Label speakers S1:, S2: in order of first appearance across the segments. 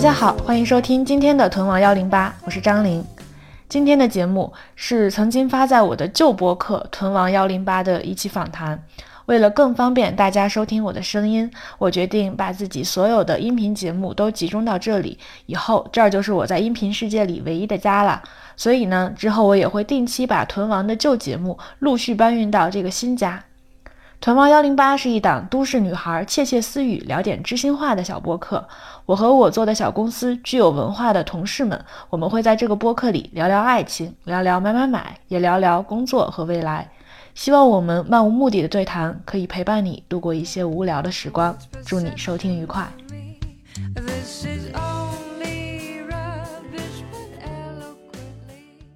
S1: 家好，欢迎收听今天的《屯王幺零八》，我是张琳。今天的节目是曾经发在我的旧播客《屯王幺零八》的一期访谈。为了更方便大家收听我的声音，我决定把自己所有的音频节目都集中到这里。以后这儿就是我在音频世界里唯一的家了。所以呢，之后我也会定期把屯王的旧节目陆续搬运到这个新家。屯王幺零八是一档都市女孩窃窃私语、聊点知心话的小播客。我和我做的小公司具有文化的同事们，我们会在这个播客里聊聊爱情，聊聊买买买，也聊聊工作和未来。希望我们漫无目的的对谈可以陪伴你度过一些无聊的时光。祝你收听愉快。
S2: This is only rubbish, but eloquently.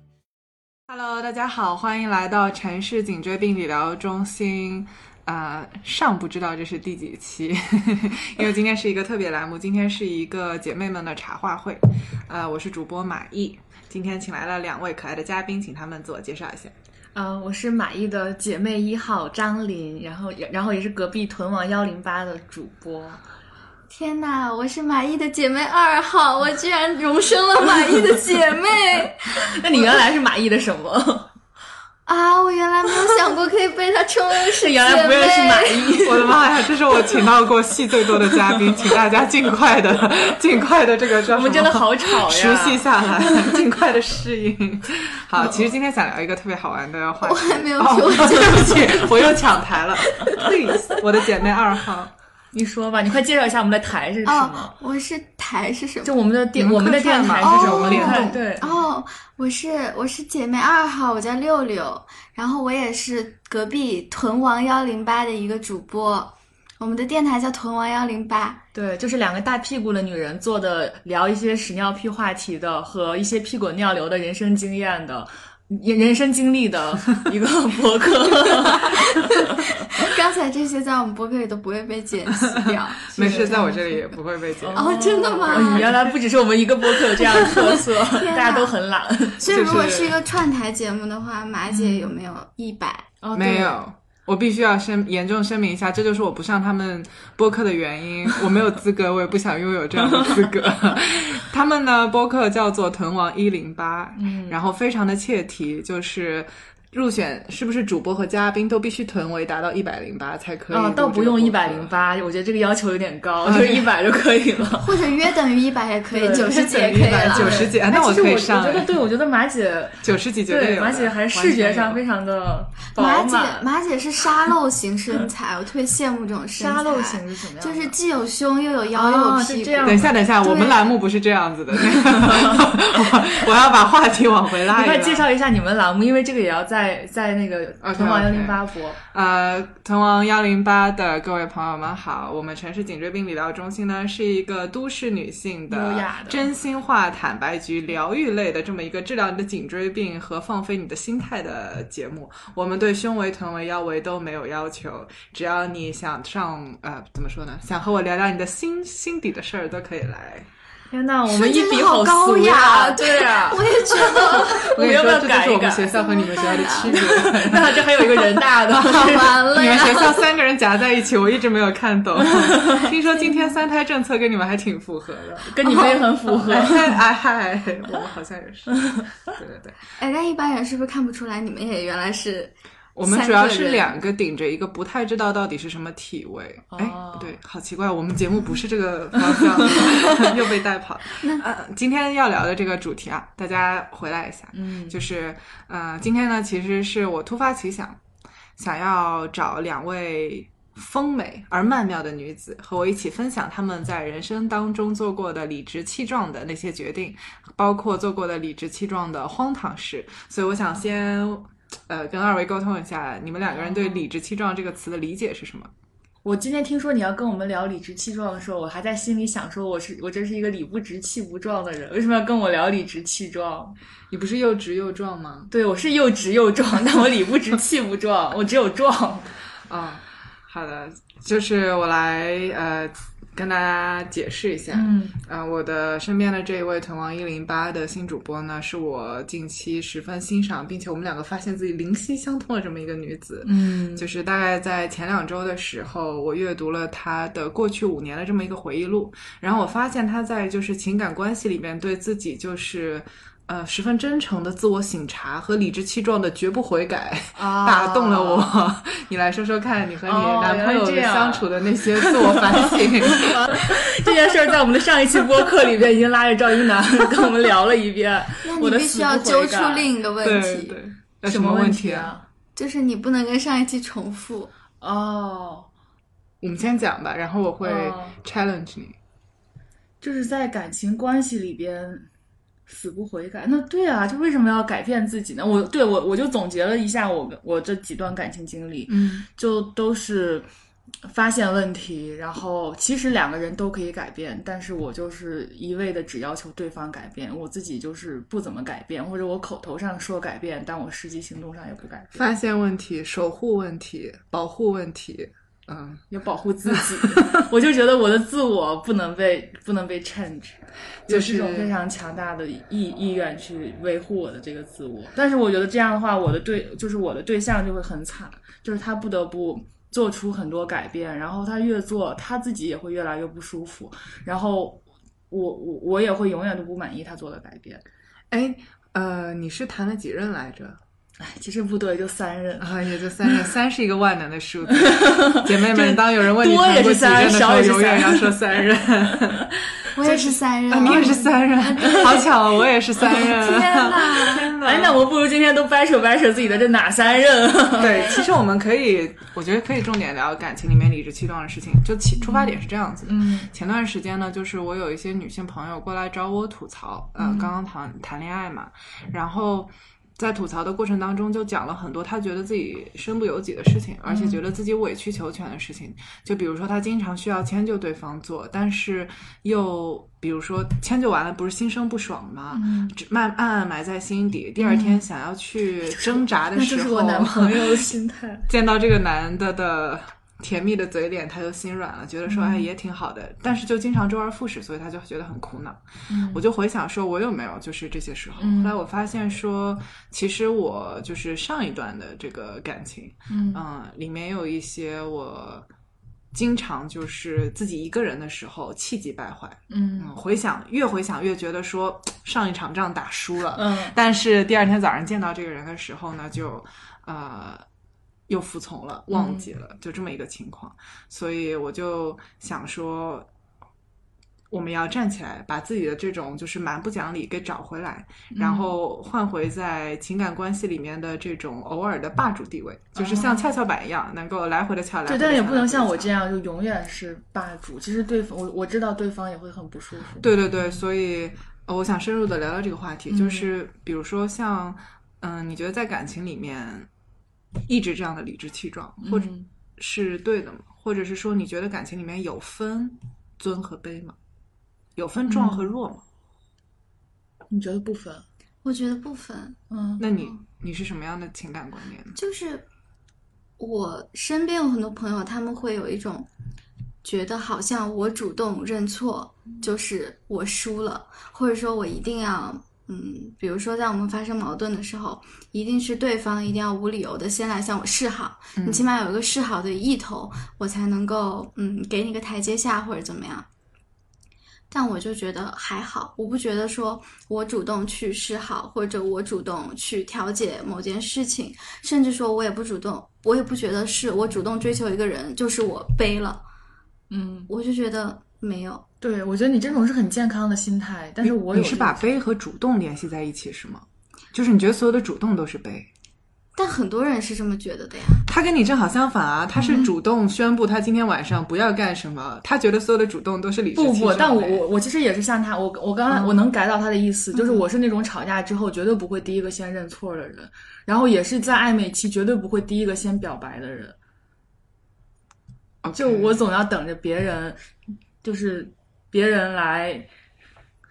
S3: Hello，大家好，欢迎来到城市颈椎病理疗中心。呃，上不知道这是第几期，因为今天是一个特别栏目，今天是一个姐妹们的茶话会。呃，我是主播马毅，今天请来了两位可爱的嘉宾，请他们自我介绍一下。
S4: 呃，我是马毅的姐妹一号张琳，然后也然后也是隔壁屯王幺零八的主播。
S5: 天呐，我是马毅的姐妹二号，我居然荣升了马毅的姐妹
S4: 那你原来是马毅的什么？
S5: 啊！我原来没有想过可以被她称为 是
S4: 原来不认识马
S5: 姐妹
S4: 毅。
S3: 我的妈呀，这是我请到过戏最多的嘉宾，请大家尽快的、尽快的这个叫
S4: 我们真的好吵呀！
S3: 熟悉下来，尽快的适应。好，其实今天想聊一个特别好玩的话题。
S5: 我还 没有
S3: 哦
S5: 听我讲
S3: 对不起， 我又抢台了。Please，我的姐妹二 号，
S4: 你说吧，你快介绍一下我们的台是什么
S5: 哦？，我是台是什么？
S4: 就我们的电，
S3: 你
S4: 我
S3: 们
S4: 们
S3: 客
S4: 的
S3: 串
S4: 电
S3: 嘛
S4: 台
S3: 哦
S4: 是什么？
S3: 联
S4: 对
S3: 动
S4: 对，
S5: 哦，我是我是姐妹二号，我叫六六，然后我也是隔壁屯王幺零八的一个主播，我们的电台叫屯王幺零八。
S4: 对，就是两个大屁股的女人做的，聊一些屎尿屁话题的和一些屁滚尿流的人生经验的。人人生经历的一 个博客，
S5: 刚才这些在我们播客里都不会被剪辑 掉。
S3: 没事，在我这里也不会被剪。
S5: 哦，真的吗？
S4: 哦原来不只是我们一个播客有这样的特色，
S5: 天
S4: 大
S5: 啊
S4: 家都很懒。
S5: 所以如果
S3: 就是
S5: 是一个串台节目的话，马姐有没有一百？
S4: 哦，对
S3: 没有。我必须要声严重声明一下，这就是我不上他们播客的原因。 我没有资格，我也不想拥有这样的资格。 他们呢，播客叫做《屯王一零八》，嗯，然后非常的切题，就是入选是不是主播和嘉宾都必须臀围达到一百零八才可以、
S4: 啊，倒不用一百零，八，我觉得这个要求有点 高，就是一百就可以了。
S5: 或者约等于一百也可以，
S4: 对
S5: 九十几也可以
S3: 100
S5: 了。
S3: 九十几，
S4: 哎
S3: 那
S4: 其实
S3: 可以
S4: 我
S3: 上
S4: 我觉得，对我觉得马 姐，
S3: 九十几绝
S4: 对
S3: 有的。
S4: 马姐还是视觉上
S3: 完全有
S4: 非常的饱
S5: 马姐，
S4: 满。
S5: 马姐是沙漏型身材，我特别羡慕这种身材。
S4: 沙漏型是什么样的？
S5: 就是既有胸又有腰又
S4: 哦
S5: 有
S4: 是
S5: 屁股。
S4: 这样
S3: 等一下，等一下，
S5: 对
S3: 我们栏目不是这样子的。 我我要把话题往回拉
S4: 你
S3: 一
S4: 快
S3: 拉。
S4: 介绍一下你们栏目，因为这个也要在在那个
S3: OK，OK
S4: 屯网幺零八播。
S3: 呃，滕王幺零八的各位朋友们好，我们城市颈椎病理疗中心呢是一个都市女性的
S4: 优雅的
S3: 真心话坦白局疗愈类的这么一个治疗你的颈椎病和放飞你的心态的节目。我们对胸围、臀围、腰围都没有要求，只要你想上呃怎么说呢，想和我聊聊你的心心底的事儿都可以 来。
S4: 天呐，我们
S5: 瞬
S4: 一
S5: 间
S4: 比俗
S5: 好高雅，
S4: 对啊。
S5: 我也觉得
S3: 我跟你
S4: 要不
S3: 说，
S4: 要
S3: 这就
S4: 改
S3: 是
S4: 一
S3: 我们
S4: 改
S3: 学校和你们学校的区别。
S4: 那这还有一个人大 的，
S5: 完了
S3: 你们学
S5: 呀。
S3: 校三个人夹在一起，我一直没有看 懂。听说今天三胎政策跟你们还挺符合的。
S4: 跟你们也很符合。
S3: 哎嗨哎嗨，我们好像也是。对对对，
S5: 哎，但一般人是不是看不出来？你们也原来 是
S3: 我们主要是两个顶着一个不太知道到底是什么体位。
S4: 哦
S3: 哎，不对，好奇怪，我们节目不是这个方向，又 被带跑。呃，今天要聊的这个主题啊，大家回来一下。
S4: 嗯，
S3: 就是呃，今天呢，其实是我突发奇想，想要找两位丰美而曼妙的女子和我一起分享她们在人生当中做过的理直气壮的那些决定，包括做过的理直气壮的荒唐事。所以我想先呃跟二位沟通一下，你们两个人对“理直气壮”这个词的理解是什么？
S4: 我今天听说你要跟我们聊理直气壮的时候，我还在心里想说，我是我真是一个理不直气不壮的人，为什么要跟我聊理直气壮？
S3: 你不是又直又壮吗？
S4: 对我是又直又壮，但我理不直气不
S3: 哦
S4: 壮，我只有壮。
S3: 啊、好的，就是我来呃跟大家解释一下，
S4: 嗯
S3: 啊、我的身边的这一位屯王一零八的新主播呢，是我近期十分欣赏，并且我们两个发现自己灵犀相通的这么一个女子。
S4: 嗯
S3: 就是大概在前两周的时候，我阅读了她的过去五年的这么一个回忆录，然后我发现她在就是情感关系里面对自己就是。呃，十分真诚的自我醒察和理直气壮的绝不悔改，
S4: 啊
S3: 打动了 我。 你来说说看，你和你
S4: 哦
S3: 男朋友
S4: 原来这样
S3: 相处的那些自我反省。
S4: 这件事儿在我们的上一期播客里边已经拉着赵英男 跟我们聊了一遍。
S5: 那
S4: 我
S5: 你
S4: 的
S5: 必
S4: 死
S5: 须要
S4: 不悔
S5: 揪出
S4: 改
S5: 另一个问
S3: 对
S5: 题，
S3: 对，有
S4: 么
S3: 问
S4: 题
S3: 啊？？
S5: 就是你不能跟上一期重复。
S4: 哦，
S3: 我们先讲吧，然后我会
S4: 哦
S3: challenge 你。
S4: 就是在感情关系里边死不悔改。那对啊，就为什么要改变自己呢？我对我我就总结了一下我我这几段感情经历，
S3: 嗯
S4: 就都是发现问题，然后其实两个人都可以改变，但是我就是一味的只要求对方改变，我自己就是不怎么改变，或者我口头上说改变，但我实际行动上也不改变，
S3: 发现问题、守护问题、保护问题，嗯，
S4: 也保护自己。 我就觉得我的自我不能被不能被 change，
S3: 就
S4: 有
S3: 是
S4: 这种非常强大的意意愿去维护我的这个自我。但是我觉得这样的话，我的对就是我的对象就会很惨，就是他不得不做出很多改变，然后他越做他自己也会越来越不舒服，然后我我我也会永远都不满意他做的改变。
S3: 哎，呃，你是谈了几任来着？
S4: 哎，其实部队就三任。
S3: 啊，也就三任，三是一个万能的 数字。姐妹们，当有人问你
S4: 多
S3: 谈
S4: 也
S3: 过
S4: 是
S3: 几任的
S4: 三
S3: 时
S4: 少
S3: 候，
S4: 也是
S3: 永远
S4: 三
S3: 要说三 任。
S5: 我也是三任、
S3: 啊，你也是三任，好巧，啊我也是三任。
S5: 天哪！
S3: 天哪！
S4: 哎，那我们不如今天都掰扯掰扯自己的这哪三任？ 啊
S3: 对，其实我们可以，我觉得可以重点聊感情里面理直气壮的事情。就起出发点是这样子的。
S4: 嗯
S3: 前段时间呢，就是我有一些女性朋友过来找我吐槽，呃、嗯，刚刚谈谈恋爱嘛，然后。在吐槽的过程当中，就讲了很多她觉得自己身不由己的事情，而且觉得自己委曲求全的事情。就比如说，她经常需要迁就对方做，但是又比如说迁就完了，不是心生不爽吗？
S4: 嗯
S3: 只慢暗暗埋在心底，第二天想要去挣扎的
S4: 那
S3: 时
S4: 就
S3: 候，
S4: 是我男朋友的心态。
S3: 见到这个男的的甜蜜的嘴脸，他就心软了，觉得说
S4: 嗯
S3: 哎也挺好的，但是就经常周而复始，所以他就觉得很苦恼。 我就回想说，我有没有就是这些时候？后来
S4: 嗯
S3: 我发现说，其实我就是上一段的这个感情，
S4: 嗯
S3: 嗯，里面有一些我经常就是自己一个人的时候气急败坏，
S4: 嗯
S3: 嗯，回想越回想越觉得说上一场仗打输 了，
S4: 嗯
S3: 但是第二天早上见到这个人的时候呢，就呃又服从了，忘记了，
S4: 嗯
S3: 就这么一个情况。所以我就想说，我们要站起来，把自己的这种就是蛮不讲理给找回来，
S4: 嗯
S3: 然后换回在情感关系里面的这种偶尔的霸主地位，就是像跷跷板一样，能够来回的跷，来回
S4: 哦对，
S3: 地
S4: 但也
S3: 跷
S4: 不能
S3: 来回地
S4: 像我
S3: 跷
S4: 这样就永远是霸主。其实对方，我我知道对方也会很不舒服。
S3: 对对对，所以呃我想深入的聊聊这个话题，
S5: 嗯
S3: 就是比如说像，嗯、你觉得在感情里面一直这样的理直气壮，或者
S4: 嗯
S3: 是对的吗？或者是说你觉得感情里面有分尊和卑吗？有分壮
S5: 嗯
S3: 和弱吗？
S4: 你觉得不分？
S5: 我觉得不分，
S4: 嗯，
S3: 那你你是什么样的情感观念呢？
S5: 就是我身边有很多朋友，他们会有一种觉得好像我主动认错就是我输了，或者说我一定要，嗯，比如说在我们发生矛盾的时候，一定是对方一定要无理由的先来向我示好，
S3: 嗯
S5: 你起码有一个示好的意头，我才能够，嗯，给你个台阶下或者怎么样。但我就觉得还好，我不觉得说我主动去示好，或者我主动去调解某件事情，甚至说我也不主动，我也不觉得是我主动追求一个人就是我背了，
S4: 嗯，
S5: 我就觉得没有。
S4: 对，我觉得你这种是很健康的心态，但是我有
S3: 你是
S4: 这个
S3: 把卑和主动联系在一起是吗？就是你觉得所有的主动都是卑，
S5: 但很多人是这么觉得的呀，
S3: 他跟你正好相反啊，他
S4: 嗯
S3: 是主动宣布他今天晚上不要干什么，他觉得所有的主动都是理直
S4: 不
S3: 气
S4: 不，
S3: 壮
S4: 但我
S3: 的
S4: 我我其实也是像他，我我刚才
S3: 嗯
S4: 我能 get 到他的意思，就是我是那种吵架之后绝对不会第一个先认错的人，然后也是在暧昧期绝对不会第一个先表白的人，
S3: OK
S4: 就我总要等着别人，就是别人来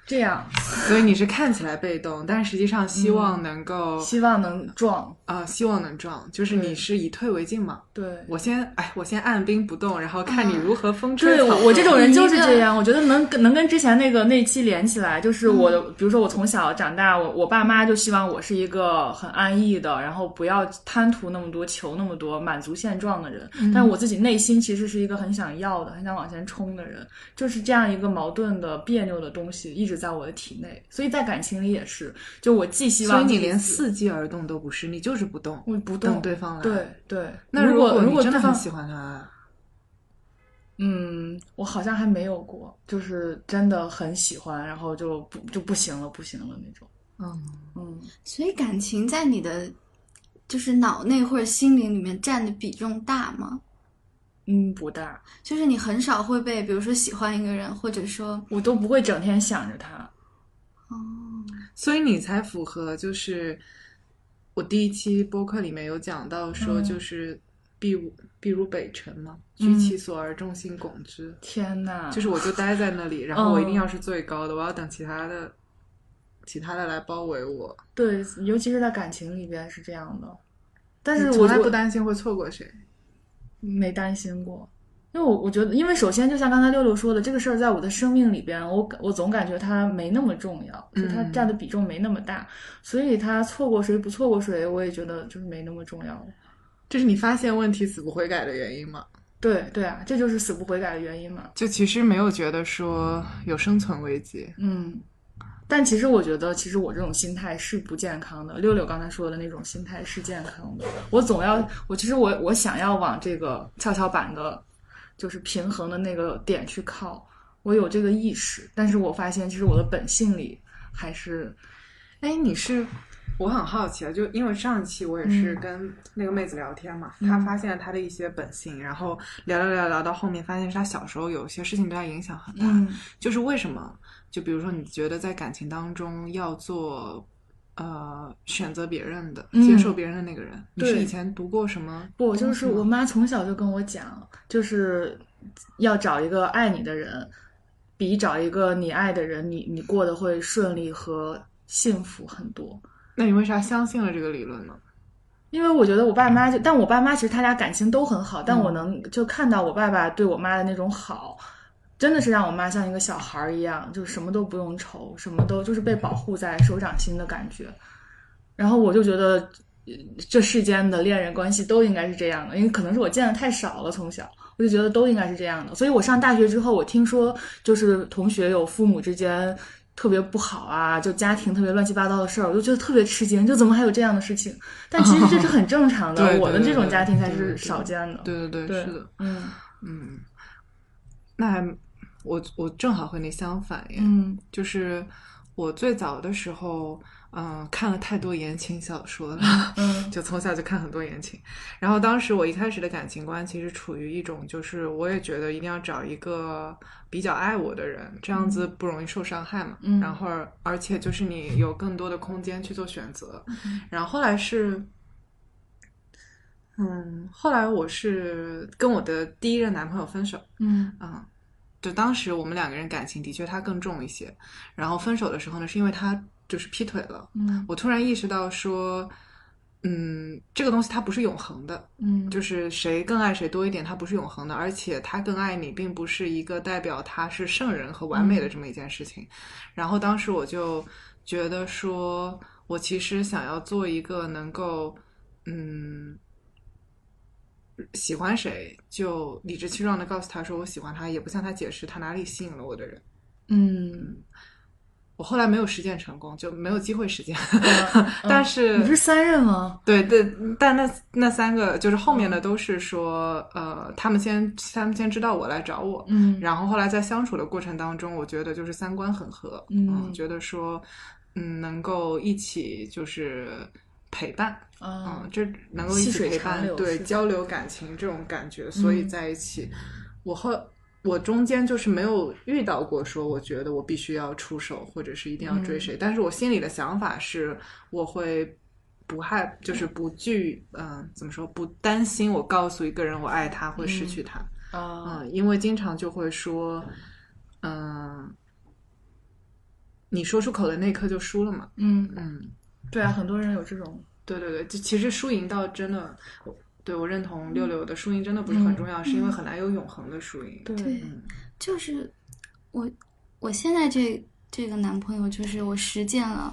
S4: 这样，
S3: 所以你是看起来被动，但实际上希望能够、
S4: 嗯希望能撞。
S3: 啊，希望能撞，就是你
S4: 对
S3: 是以退为进嘛。
S4: 对，
S3: 我先哎，我先按兵不动，然后看你如何风吹
S4: 对
S3: 草
S4: 我
S3: 动
S4: 我 这种人就是
S5: 你
S4: 这
S5: 一
S4: 样，我觉得能跟能跟之前那个那期连起来，就是我的，
S3: 嗯
S4: 比如说我从小长大，我我爸妈就希望我是一个很安逸的，然后不要贪图那么多、求那么多、满足现状的人。但
S3: 嗯
S4: 是我自己内心其实是一个很想要的、很想往前冲的人，就是这样一个矛盾的、别扭的东西一直在我的体内，所以在感情里也是，就我既希
S3: 所以
S4: 望
S3: 你
S4: 自己
S3: 连
S4: 是
S3: 伺机而动都不是，你就是不动，
S4: 我不
S3: 等
S4: 动，
S3: 对方来。
S4: 对，对。
S3: 那
S4: 如果
S3: 如
S4: 如果
S3: 你真的
S4: 对
S3: 很
S4: 方
S3: 喜欢他，
S4: 嗯，我好像还没有过，就是真的很喜欢，然后就不就不行了，不行了那种。
S3: 嗯，
S4: 嗯，
S5: 所以感情在你的就是脑内或者心灵里面占的比重大吗？
S4: 嗯，不大，
S5: 就是你很少会被，比如说喜欢一个人，或者说，
S4: 我都不会整天想着他。
S5: 哦，
S3: 所以你才符合就是我第一期播客里面有讲到说，
S4: 嗯
S3: 就是必如必如北辰嘛，居
S4: 嗯
S3: 其所而众星拱之。
S4: 天呐，
S3: 就是我就待在那里，然后我一定
S4: 嗯
S3: 要是最高的，我要等其他的其他的来包围我。
S4: 对，尤其是在感情里边是这样的，
S3: 但
S4: 但是
S3: 从
S4: 我
S3: 来不
S4: 我
S3: 担心会错过谁。
S4: 没担心过，因为我我觉得，因为首先就像刚才六六说的，这个事儿在我的生命里边，我感我总感觉它没那么重要，就它
S3: 嗯
S4: 占的比重没那么大，所以它错过谁不错过谁，我也觉得就是没那么重要了。
S3: 这是你发现问题死不悔改的原因吗？
S4: 对对啊，这就是死不悔改的原因嘛。
S3: 就其实没有觉得说有生存危机，
S4: 嗯，但其实我觉得，其实我这种心态是不健康的。六六刚才说的那种心态是健康的。我总要，我其实我我想要往这个跷跷板的，就是平衡的那个点去靠。我有这个意识，但是我发现，其实我的本性里还是
S3: 哎，你是，我很好奇啊，就因为上一期我也是
S4: 嗯
S3: 跟那个妹子聊天嘛，她发现了她的一些本性，然后聊聊聊聊到后面，发现是她小时候有些事情对她影响很大。
S4: 嗯
S3: 就是为什么？就比如说，你觉得在感情当中要做，呃，选择别人的，
S4: 嗯
S3: 接受别人的那个人，你是
S4: 对
S3: 以前读过什么
S4: 不，
S3: 东西吗？
S4: 就是我妈从小就跟我讲，就是要找一个爱你的人，比找一个你爱的人，你你过得会顺利和幸福很多。
S3: 那你为啥相信了这个理论呢？
S4: 因为我觉得我爸妈就，但我爸妈其实他俩感情都很好，但
S3: 嗯
S4: 我能就看到我爸爸对我妈的那种好，真的是让我妈像一个小孩儿一样，就什么都不用愁，什么都就是被保护在手掌心的感觉。然后我就觉得，呃这世间的恋人关系都应该是这样的，因为可能是我见的太少了，从小我就觉得都应该是这样的。所以我上大学之后，我听说就是同学有父母之间特别不好啊，就家庭特别乱七八糟的事儿，我就觉得特别吃惊，就怎么还有这样的事情？但其实这是很正常 的，
S3: 对对
S4: 我的这种家庭才
S3: 对对
S4: 是
S3: 对
S4: 少见的。
S3: 对对
S4: 对
S3: 是的，
S4: 嗯
S3: 嗯，那还我我正好和你相反耶，
S4: 嗯
S3: 就是我最早的时候，嗯、看了太多言情小说了，
S4: 嗯
S3: 就从小就看很多言情。然后当时我一开始的感情观其实处于一种，就是我也觉得一定要找一个比较爱我的人，这样子不容易受伤害嘛。
S4: 嗯
S3: 然后而且就是你有更多的空间去做选择。
S4: 嗯
S3: 然后后来是。嗯，后来我是跟我的第一任男朋友分手，
S4: 嗯
S3: 嗯，就当时我们两个人感情的确他更重一些，然后分手的时候呢，是因为他就是劈腿了，
S4: 嗯
S3: 我突然意识到说，嗯，这个东西它不是永恒的，
S4: 嗯
S3: 就是谁更爱谁多一点，它不是永恒的，而且他更爱你，并不是一个代表他是圣人和完美的这么一件事情。然后当时我就觉得说，我其实想要做一个能够，嗯。喜欢谁就理直气壮的告诉他说我喜欢他，也不向他解释他哪里吸引了我的人。
S4: 嗯，
S3: 我后来没有实践成功，就没有机会实践。
S4: 嗯
S3: 但是、
S4: 你是三任吗？嗯
S3: 对对，但那那三个就是后面的都是说，呃，他们先他们先知道我来找我，
S4: 嗯
S3: 然后后来在相处的过程当中，我觉得就是三观很合，
S4: 嗯
S3: 觉得说，嗯，能够一起就是陪伴，
S4: 啊
S3: 嗯，这能够一
S4: 细
S3: 起
S4: 水
S3: 陪
S4: 长
S3: 伴，
S4: 流
S3: 对
S4: 是吧
S3: 交流感情这种感觉，所以
S4: 嗯
S3: 在一起，我后我中间就是没有遇到过说我觉得我必须要出手或者是一定要
S4: 嗯
S3: 追谁，但是我心里的想法是我会。不害就是不惧，嗯、怎么说？不担心我告诉一个人我爱他会失去他，呃
S4: 啊
S3: 嗯，因为经常就会说，嗯、呃你说出口的那一刻就输了嘛。
S4: 嗯，
S3: 嗯，
S4: 对啊，很多人有这种，
S3: 对对对，就其实输赢倒真的，我对我认同六六的输赢真的不是很重要，是因为很难有永恒的输赢。
S5: 对
S3: 嗯，
S5: 就是我我现在这这个男朋友，就是我实践了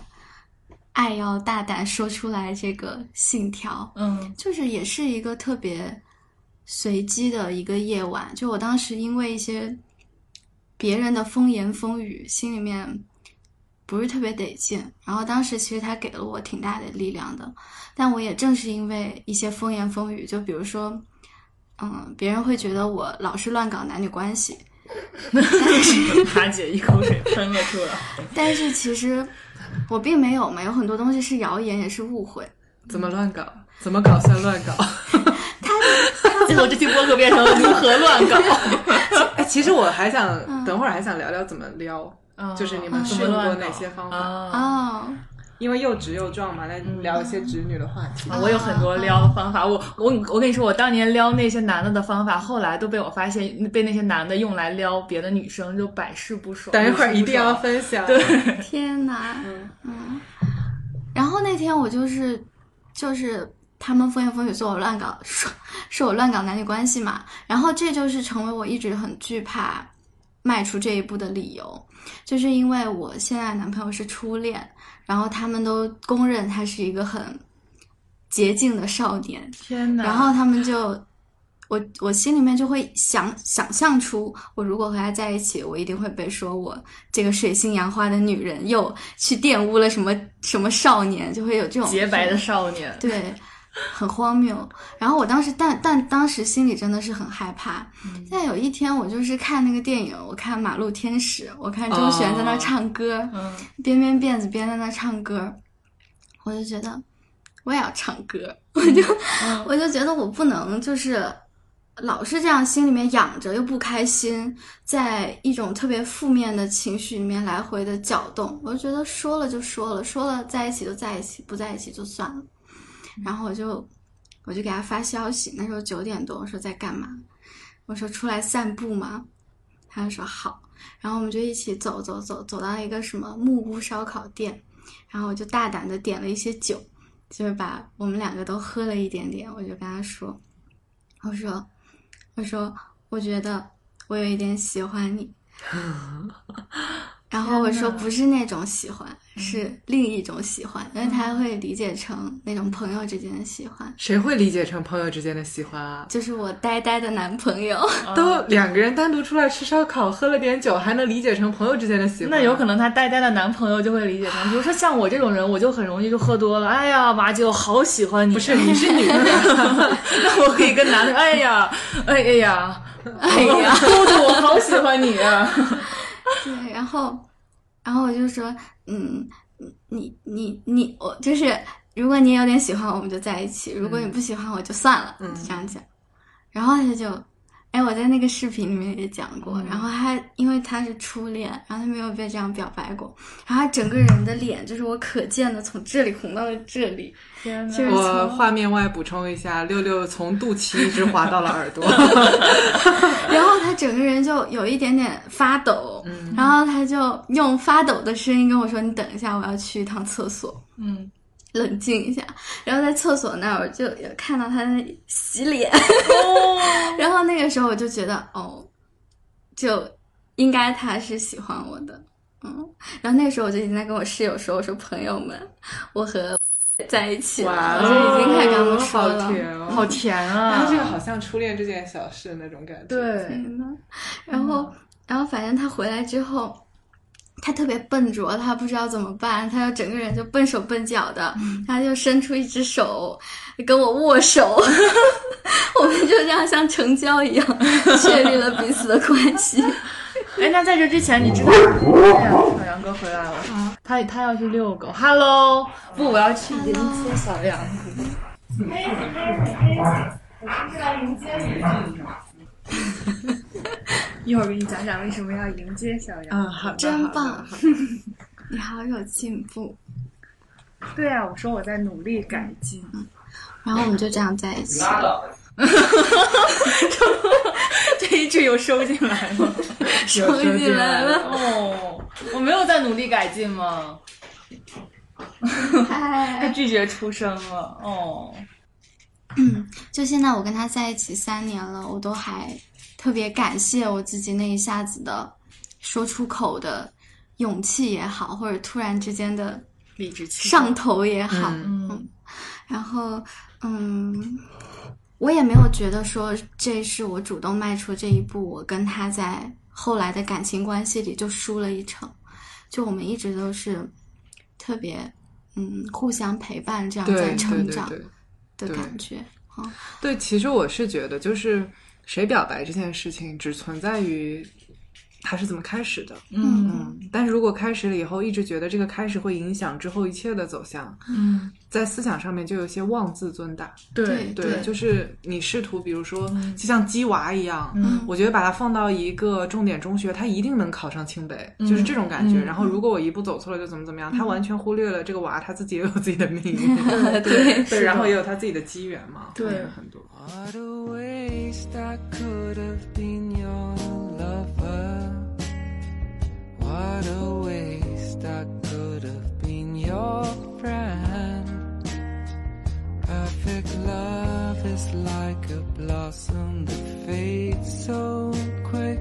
S5: 爱要大胆说出来这个信条，
S4: 嗯
S5: 就是也是一个特别随机的一个夜晚。就我当时因为一些别人的风言风语，心里面不是特别得劲。然后当时其实他给了我挺大的力量的，但我也正是因为一些风言风语，就比如说，嗯，别人会觉得我老是乱搞男女关系，
S4: 哈姐一口水喷了出 来。
S5: 但是其实我并没有嘛，有很多东西是谣言，也是误会。
S3: 怎么乱搞？怎么搞算乱搞？
S4: 结果这期播客变成了如何乱搞，
S3: 哎，其实我还想等会儿还想聊聊怎么撩， 就是你们
S4: 嗯怎
S3: 试
S4: 么
S3: 过
S4: 乱
S3: 哪些方法？
S4: 啊？
S5: 哦，
S3: 因为又直又壮嘛，来聊一些直女的话题。
S4: 啊我有很多撩的方法，我我我跟你说，我当年撩那些男的的方法，后来都被我发现被那些男的用来撩别的女生，就百试不爽。
S3: 等一会儿
S4: 屡试
S3: 一
S4: 不
S3: 定要
S4: 爽
S3: 分享。
S4: 对，
S5: 天哪，嗯，然后那天我就是就是他们风言风语说我乱搞，说说我乱搞男女关系嘛，然后这就是成为我一直很惧怕迈出这一步的理由，就是因为我现在的男朋友是初恋，然后他们都公认他是一个很洁净的少年，
S4: 天哪！
S5: 然后他们就，我我心里面就会想想象出，我如果和他在一起，我一定会被说我这个水性杨花的女人又去玷污了什么什么少年，就会有这种
S4: 洁白的少 年，
S5: 对，很荒谬。然后我当时但但当时心里真的是很害怕。但有一天我就是看那个电影，我看《马路天使》，我看周璇在那
S3: 哦
S5: 儿唱歌，
S4: 嗯，
S5: 边编辫子边在那唱歌，我就觉得我也要唱歌， 我就、我就觉得我不能就是老是这样心里面养着又不开心，在一种特别负面的情绪里面来回的搅动，我就觉得说了就说了，说了在一起就在一起，不在一起就算了。然后我就我就给他发消息，那时候九点多，我说在干嘛？我说出来散步嘛，他就说好。然后我们就一起走走走，走到一个什么木屋烧烤店，然后我就大胆的点了一些酒，就是把我们两个都喝了一点点。我就跟他说，我说，我说，我觉得我有一点喜欢你。然后我说
S4: 天哪嗯
S5: 不是那种喜欢，是另一种喜欢，因为他会理解成那种朋友之间的喜欢，
S3: 谁会理解成朋友之间的喜欢啊？
S5: 就是我呆呆的男朋友。
S3: 都两个人单独出来吃烧烤，喝了点酒，还能理解成朋友之间的喜欢？
S4: 那有可能她呆呆的男朋友就会理解成，比如说像我这种人，我就很容易就喝多了。哎呀，马姐，我好喜欢你。啊
S3: 不是你是女的，
S4: 那我可以跟男的，哎呀，哎哎呀，
S5: 哎呀。
S4: 姑姑，我好喜欢你啊。
S5: 对，然后，然后我就说，嗯，你你你，我就是，如果你也有点喜欢我，我们就在一起；如果你不喜欢我，就算了，
S3: 嗯
S5: 就这样讲。然后他就，哎，我在那个视频里面也讲过，然后他因为他是初恋，然后他没有被这样表白过，然后他整个人的脸就是我可见的从这里红到了这里，
S4: 天
S5: 就
S4: 哪！
S5: 是
S3: 我
S5: 从，
S3: 画面外补充一下，六六从肚脐一直滑到了耳朵。
S5: 然后他整个人就有一点点发抖，
S3: 嗯
S5: 然后他就用发抖的声音跟我说：“你等一下，我要去一趟厕所。”
S4: 嗯，
S5: 冷静一下，然后在厕所那儿我就有看到他在那里洗脸，
S3: 哦
S5: 然后那个时候我就觉得哦，就应该他是喜欢我的，嗯，然后那个时候我就已经在跟我室友说，我说朋友们，我和在一起了，我就已经开始跟他们说了，
S3: 哦好甜哦！
S4: 好甜
S3: 他
S4: 啊！
S3: 这个好像初恋这件小事那种感觉。，
S4: 对，
S5: 天呐， 然后，然后反正他回来之后，他特别笨拙，他不知道怎么办，他就整个人就笨手笨脚的，他就伸出一只手跟我握手， 我们就这样像成交一样确立了彼此的关 系。哦
S4: 哎，那在这之前，你知道？哎呀，小杨哥回来了，
S3: 啊
S4: 他他要去遛狗。Hello，不，我要去迎接小杨哥。一会儿给你讲讲为什么要迎接小杨。
S3: 嗯，好的，
S5: 真
S3: 好的
S5: 棒。 你好有进步，
S4: 对啊，我说我在努力改 进。
S5: 然后我们就这样在一起了。
S4: 这一句有收进来吗？
S5: 终于进来了，
S4: 哦！我没有在努力改进吗？他
S5: 嗨，
S4: 拒绝出声了，哦，
S5: 就现在我跟他在一起三年了，我都还特别感谢我自己那一下子的说出口的勇气也好，或者突然之间的
S4: 理直气
S5: 上头也好，
S4: 嗯
S5: 然后，嗯，我也没有觉得说这是我主动迈出这一步，我跟他在后来的感情关系里就输了一程。就我们一直都是特别，嗯，互相陪伴，这样
S3: 对
S5: 在
S3: 对对
S5: 成长
S3: 对
S5: 的
S3: 对
S5: 感觉。
S3: 对，其实我是觉得，就是谁表白这件事情，只存在于它是怎么开始的。
S4: 嗯
S5: 嗯，
S3: 但是如果开始了以后，一直觉得这个开始会影响之后一切的走向，
S4: 嗯，
S3: 在思想上面就有些妄自尊大。
S4: 对
S3: 对，就是你试图，比如说，就像鸡娃一样。
S5: 嗯
S3: 我觉得把它放到一个重点中学，他一定能考上清北，就是这种感觉。
S4: 嗯
S3: 然后，如果我一步走错了，就怎么怎么样，他完全忽略了这个娃他自己也有自己的命运，
S5: 对
S3: 对，然后也有他自己的机缘嘛，
S4: 对
S3: 会有很多。
S2: What a waste I could have been your lover. What a waste I could have been your friend. Perfect love is like a blossom that fades so quick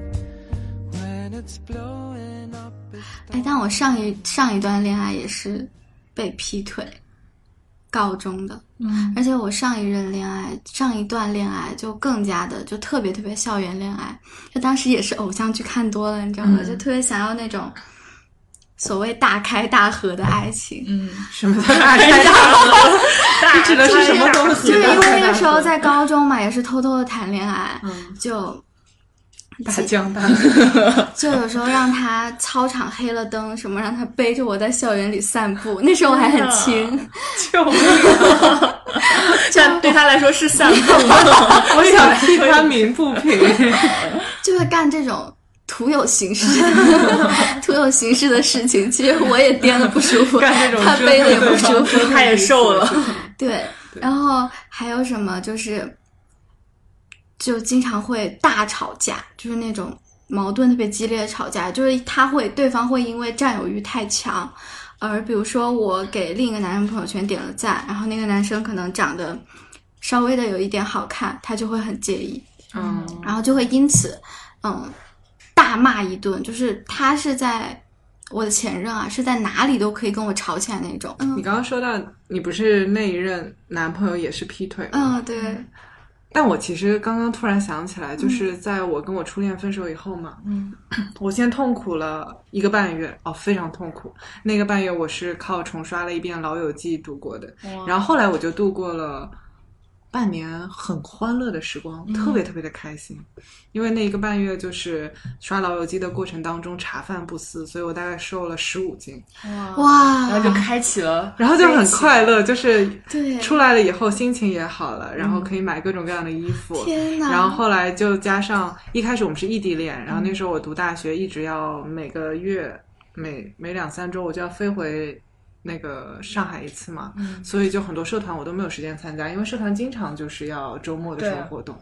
S2: when it's blowing up. It's
S5: 哎，但我上一上一段恋爱也是被劈腿告终的，
S4: 嗯
S5: 而且我上一任恋爱，上一段恋爱就更加的就特别特别校园恋爱，就当时也是偶像剧看多了，你知道吗？
S4: 嗯
S5: 就特别想要那种所谓大开大合的爱情。
S4: 嗯，
S3: 什么叫爱开大合？你指的是什么东西？
S5: 就是因为那个时候在高中嘛，也是偷偷的谈恋爱，
S3: 嗯
S5: 就
S3: 大江 大
S5: 就有时候让他操场黑了灯什么，让他背着我在校园里散步。那时候我还很轻，
S4: 救命！但对他来说是散步吗？
S3: 我想替他鸣不 平。
S5: 就会干这种徒有形式、 徒有形式的事情。其实我也颠的不舒服，
S3: 干这种
S5: 他背的也不舒服，
S4: 他也瘦了。
S5: 对，然后还有什么就是，就经常会大吵架，就是那种矛盾特别激烈的吵架，就是他会对方会因为占有欲太强，而比如说我给另一个男生朋友圈点了赞，然后那个男生可能长得稍微的有一点好看，他就会很介意，
S4: 哦
S3: 嗯，
S5: 然后就会因此，嗯，大骂一顿，就是他是在。我的前任啊，是在哪里都可以跟我吵起来那种。
S3: 你
S5: 嗯
S3: 刚刚说到你不是那一任男朋友也是劈腿吗？
S5: 嗯，对，
S3: 但我其实刚刚突然想起来，
S5: 嗯
S3: 就是在我跟我初恋分手以后嘛，
S4: 嗯，
S3: 我先痛苦了一个半月，哦，非常痛苦。那个半月我是靠重刷了一遍《老友记》度过的，然后后来我就度过了半年很欢乐的时光，特
S5: 嗯
S3: 别特别的开心。因为那一个半月就是刷《老友记》的过程当中茶饭不思，所以我大概瘦了十五斤，
S4: 哇，
S5: 哇，
S4: 嗯然后就开启了，
S3: 然后就很快乐，就是
S5: 对，嗯
S3: 出来了以后心情也好了，然后可以买各种各样的衣服。
S5: 天呐！
S3: 然后后来就加上一开始我们是异地恋，然后那时候我读大学，一直要每个月每每两三周我就要飞回那个上海一次嘛，
S4: 嗯
S3: 所以就很多社团我都没有时间参加，因为社团经常就是要周末的时
S4: 对
S3: 候活动。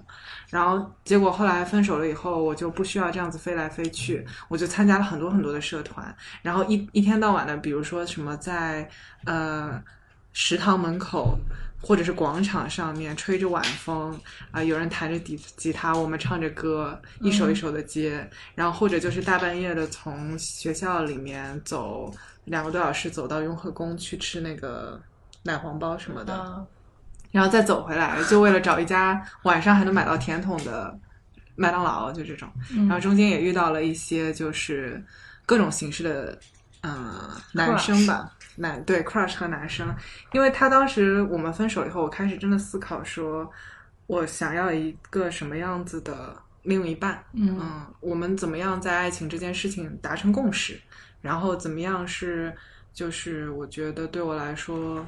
S3: 然后结果后来分手了以后，我就不需要这样子飞来飞去，我就参加了很多很多的社团，然后一一天到晚的，比如说什么在呃食堂门口。或者是广场上面吹着晚风啊、有人弹着吉吉他，我们唱着歌，一首一首的接，然后或者就是大半夜的从学校里面走两个多小时走到雍和宫去吃那个奶黄包什么的，
S4: 啊
S3: 然后再走回来，就为了找一家晚上还能买到甜筒的麦当劳，就这种。然后中间也遇到了一些就是各种形式的，呃，男生吧，男对 crush 和男生，因为他当时我们分手以后，我开始真的思考说，我想要一个什么样子的另一半，嗯我们怎么样在爱情这件事情达成共识，然后怎么样是就是我觉得对我来说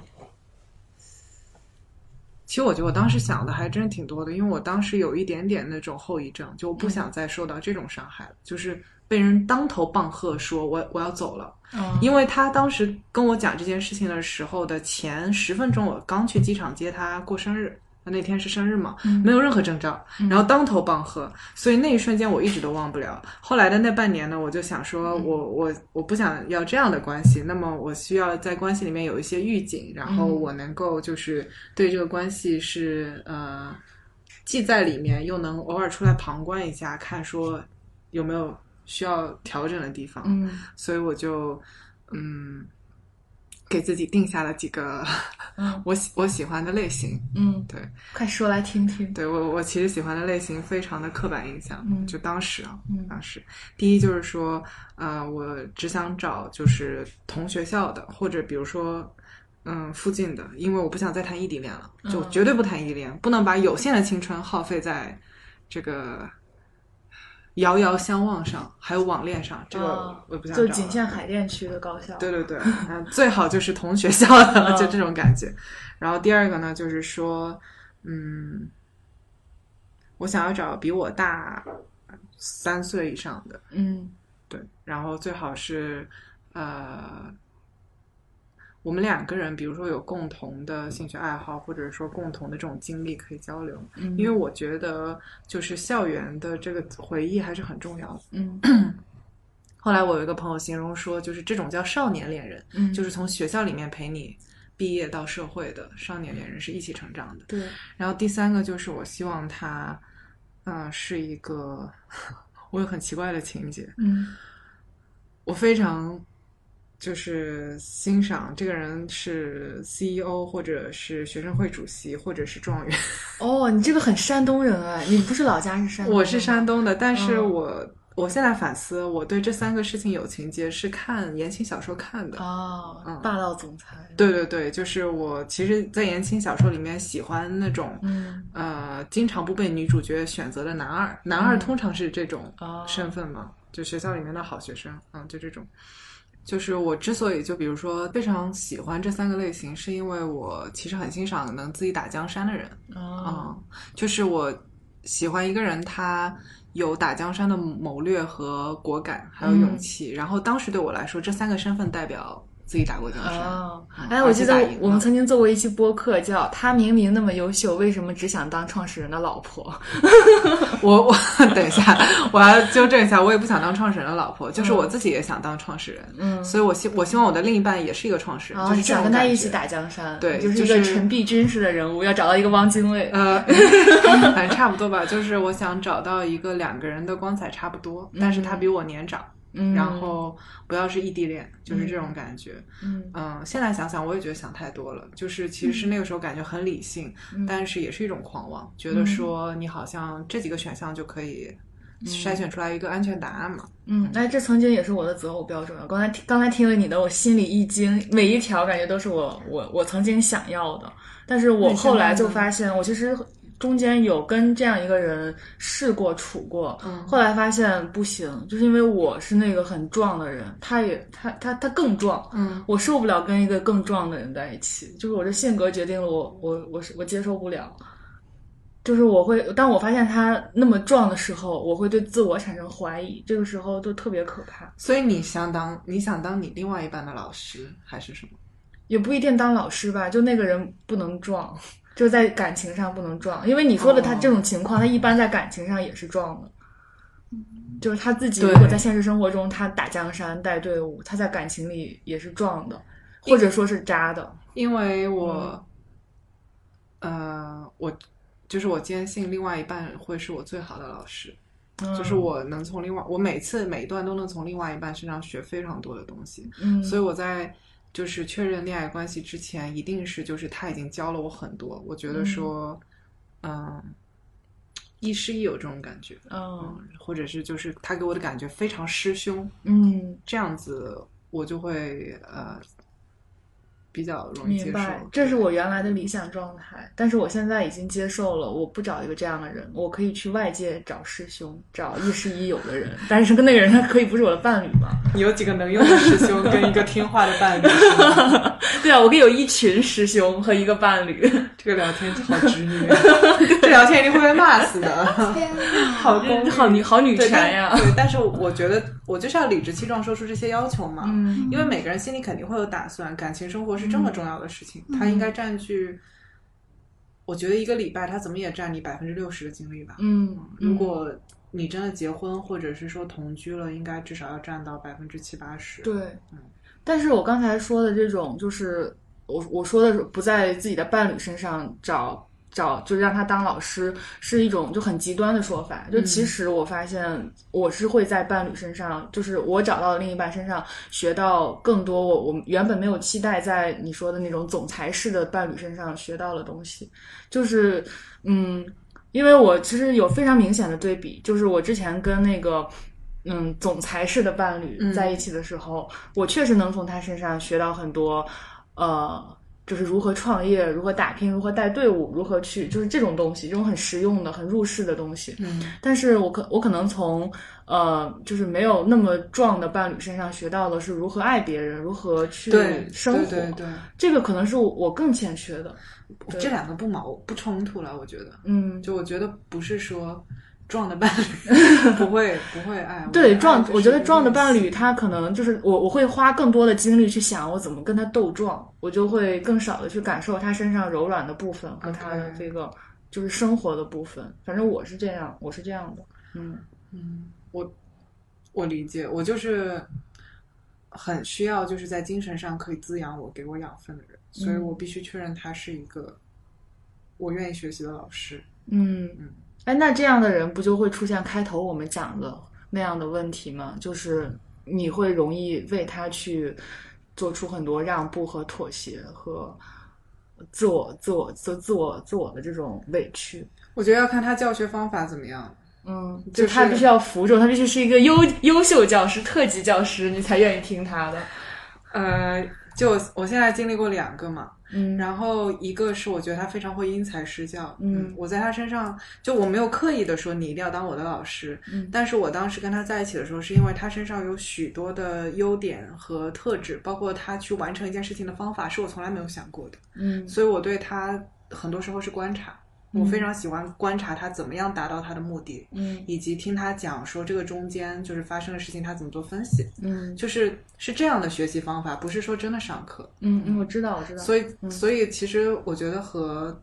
S3: 其实我觉得我当时想的还真挺多的，因为我当时有一点点那种后遗症，就我
S4: 嗯
S3: 不想再受到这种伤害了，就是被人当头棒喝说我我要走了。
S4: 嗯
S3: 因为他当时跟我讲这件事情的时候的前十分钟，我刚去机场接他过生日，那天是生日嘛，
S4: 嗯
S3: 没有任何征兆，然后当头棒喝，所以那一瞬间我一直都忘不了。后来的那半年呢，我就想说
S4: 嗯
S3: 我我我不想要这样的关系，那么我需要在关系里面有一些预警，然后
S4: 嗯
S3: 我能够就是对这个关系是呃既在里面，又能偶尔出来旁观一下，看说有没有需要调整的地方。
S4: 嗯
S3: 所以我就嗯，给自己定下了几个
S4: 嗯
S3: 我喜我喜欢的类型。
S4: 嗯，
S3: 对，
S4: 快说来听听。
S3: 对我我其实喜欢的类型非常的刻板印象，
S4: 嗯
S3: 就当时啊，
S4: 嗯
S3: 当时第一就是说，呃，我只想找就是同学校的，或者比如说。嗯，附近的，因为我不想再谈异地恋了，就
S4: 嗯
S3: 绝对不谈异地恋，不能把有限的青春耗费在这个遥遥相望上，还有网恋上，这个
S4: 啊
S3: 我不想找
S4: 就
S3: 了。
S4: 仅限海淀区的高校。
S3: 对对 对，嗯，最好就是同学校的，就这种感觉。然后第二个呢，就是说，嗯，我想要找比我大三岁以上的，
S4: 嗯
S3: 对，然后最好是，呃，我们两个人，比如说有共同的兴趣爱好，或者说共同的这种经历可以交流。
S4: 嗯，
S3: 因为我觉得，就是校园的这个回忆还是很重要的。
S4: 嗯
S3: 后来我有一个朋友形容说，就是这种叫少年恋人，
S4: 嗯
S3: 就是从学校里面陪你毕业到社会的少年恋人是一起成长的。
S4: 嗯对，
S3: 然后第三个就是我希望他，嗯、是一个 我有很奇怪的情节，
S4: 嗯
S3: 我非常就是欣赏这个人是 CEO 或者是学生会主席或者是状 元。
S4: 哦，你这个很山东人哎，你不是老家是山东？
S3: 我是山。东的，但是
S4: 嗯
S3: 我、我现在反思，我对这三个事情有情节是看言情小说看的。
S4: 哦
S3: 嗯，
S4: 霸道总裁。，
S3: 对对对，就是我其实，在言情小说里面喜欢那种，
S4: 嗯
S3: 呃，经常不被女主角选择的男二，男二通常是这种
S4: 嗯哦
S3: 身份嘛，就学校里面的好学生，嗯，就这种。就是我之所以就比如说非常喜欢这三个类型，是因为我其实很欣赏能自己打江山的人，
S4: 哦，
S3: 嗯，就是我喜欢一个人，他有打江山的谋略和果敢，还有勇
S4: 嗯
S3: 气。然后当时对我来说，这三个身份代表自己打过江山。
S4: 哦，
S3: 嗯
S4: 哎，
S3: 而
S4: 我
S3: 且
S4: 记得
S3: 打赢
S4: 我们
S3: 了
S4: 曾经做过一期播客，叫《他明明那么优秀，为什么只想当创始人的老婆》。
S3: 我 我等一下，我要纠正一下，我也不想当创始人的老婆，就是我自己也想当创始人，
S4: 嗯，
S3: 所以我希我希望我的另一半也是一个创始人，
S4: 然后
S3: 就是这
S4: 哦
S3: 种
S4: 想跟他
S3: 感
S4: 一
S3: 觉
S4: 起。打江山，
S3: 对
S4: 就是
S3: 就
S4: 一个
S3: 是
S4: 陈璧君式的人物，要找到一个汪精卫。
S3: 呃， 反正差不多吧，就是我想找到一个两个人的光彩差不多，但是他比我年长，
S4: 嗯，
S3: 然后不要是异地恋，就是这种感觉。
S4: 嗯
S3: 嗯，现在想想，我也觉得想太多了。就是其实是那个时候感觉很理性，
S4: 嗯
S3: 但是也是一种狂妄，觉得说你好像这几个选项就可以筛选出来一个安全答案嘛。
S4: 嗯，哎，这曾经也是我的择偶标准啊。刚才听刚才听了你的，我心里一惊，每一条感觉都是我我我曾经想要的，但是
S3: 那
S4: 我
S3: 你
S4: 后
S3: 现在
S4: 来就
S3: 呢
S4: 发现，我其实中间有跟这样一个人试过处过，
S3: 嗯
S4: 后来发现不行，就是因为我是那个很壮的人，他也他他他更壮，
S3: 嗯
S4: 我受不了跟一个更壮的人在一起，就是我的性格决定了我我我是我接受不了，就是我会当我发现他那么壮的时候，我会对自我产生怀疑，这个时候就特别可怕，
S3: 所以你想当你想当你另外一半的老师还是什么？
S4: 也不一定当老师吧，就那个人不能壮，就在感情上不能壮，因为你说的他
S3: 哦嗯
S4: 这种情况，他一般在感情上也是壮的。就是他自己，
S3: 对
S4: 如果在现实生活中他打江山带队伍，他在感情里也是壮的，或者说是渣的。
S3: 因为我，
S4: 嗯
S3: 呃，我就是我坚信另外一半会是我最好的老师，就是
S4: 嗯
S3: 我能从另外我每次每一段都能从另外一半身上学非常多的东西。
S4: 嗯，
S3: 所以我在就是确认恋爱关系之前，一定是就是他已经教了我很多，我觉得说，嗯，亦师亦友这种感觉，
S4: 嗯，
S3: 或者是就是他给我的感觉非常师兄，
S4: 嗯，
S3: 这样子我就会呃比较容易接
S4: 明
S3: 受
S4: 白，。这是我原来的理想状态，但是我现在已经接受了，我不找一个这样的人，我可以去外界找师兄，找亦师亦友的人，但是跟那个人他可以不是我的伴侣嘛？
S3: 你有几个能用的师 兄跟一个听话的伴侣，
S4: 对啊，我可以有一群师兄和一个伴侣，
S3: 这个聊天好 直女，这聊天一定会被骂死的。
S5: 天哪，
S4: 好好女好女
S3: 对，
S4: 权
S3: 但
S4: 呀，
S3: 对，但是我觉得我就是要理直气壮说出这些要求嘛。
S4: 嗯
S3: 因为每个人
S4: 嗯
S3: 心里肯定会有打算，感情生活是这么重要的事情，它应该占据我觉得一个礼拜他怎么也占你百分之六十的精力吧。
S4: 嗯，
S3: 如果你真的结婚或者是说同居了，应该至少要占到百分之七八十。
S4: 对
S3: 嗯，
S4: 但是我刚才说的这种，就是我我说的是不在自己的伴侣身上找找，就是让他当老师，是一种就很极端的说法。就其实我发现我是会在伴侣身上，就是我找到的另一半身上学到更多我我原本没有期待在你说的那种总裁式的伴侣身上学到的东西，就是嗯。因为我其实有非常明显的对比，就是我之前跟那个嗯总裁式的伴侣
S3: 嗯
S4: 在一起的时候，我确实能从他身上学到很多，呃，就是如何创业、如何打拼、如何带队伍、如何去，就是这种东西，这种很实用的、很入世的东西。
S3: 嗯，
S4: 但是我可我可能从呃，就是没有那么壮的伴侣身上学到的是如何爱别人，如何去
S3: 对，
S4: 生活。
S3: 对对对，
S4: 这个可能是我我更欠缺的。对
S3: 这两个不矛不冲突了，我觉得。
S4: 嗯，
S3: 就我觉得不是说壮的伴 侣不会不会爱，我觉
S4: 对
S3: 得爱
S4: 撞，
S3: 就是
S4: 我觉得撞的伴
S3: 一
S4: 侣，
S3: 个
S4: 他可能就是我，我会花更多的精力去想我怎么跟他斗撞，我就会更少的去感受他身上柔软的部分和他的
S3: OK
S4: 这个就是生活的部分。反正我是这样，我是这样的。嗯
S3: 嗯，我我理解，我就是很需要就是在精神上可以滋养我、给我养分的人，所以
S4: 嗯
S3: 我必须确认他是一个我愿意学习的老师。
S4: 嗯
S3: 嗯，
S4: 哎，那这样的人不就会出现开头我们讲的那样的问题吗？就是你会容易为他去做出很多让步和妥协和自我、自我、自自我、自我的这种委屈。
S3: 我觉得要看他教学方法怎么样。
S4: 嗯，
S3: 就
S4: 就是他必须要服众，他必须是一个优优秀教师、特级教师，你才愿意听他的。
S3: 呃，就我现在经历过两个嘛，
S4: 嗯
S3: 然后一个是我觉得他非常会因材施教，
S4: 嗯
S3: 我在他身上就我没有刻意的说你一定要当我的老师，
S4: 嗯
S3: 但是我当时跟他在一起的时候，是因为他身上有许多的优点和特质，包括他去完成一件事情的方法是我从来没有想过的，
S4: 嗯
S3: 所以我对他很多时候是观察，我非常喜欢观察他怎么样达到他的目的，
S4: 嗯
S3: 以及听他讲说这个中间就是发生的事情他怎么做分析，
S4: 嗯
S3: 就是是这样的学习方法，不是说真的上课，
S4: 嗯嗯，我知道，我知道。
S3: 所以，
S4: 嗯
S3: 所以其实我觉得和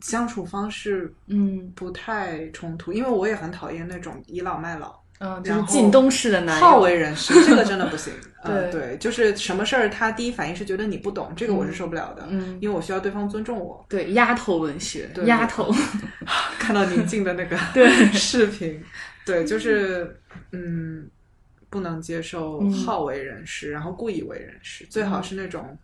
S3: 相处方式
S4: 嗯
S3: 不太冲突，因为我也很讨厌那种倚老卖老、
S4: 嗯，就是
S3: 然后
S4: 靳东式的男
S3: 好
S4: 友。
S3: 为人师，这个真的不 行。嗯，
S4: 对
S3: 对，就是什么事儿他第一反应是觉得你不懂，这个我是受不了的，
S4: 嗯
S3: 因为我需要对方尊重我。
S4: 对，丫头文学，
S3: 对
S4: 丫头。
S3: 看到宁静的那个
S4: 对
S3: 视频，对，就是嗯，不能接受
S4: 嗯
S3: 好为人师，然后故意为人师，最好是那种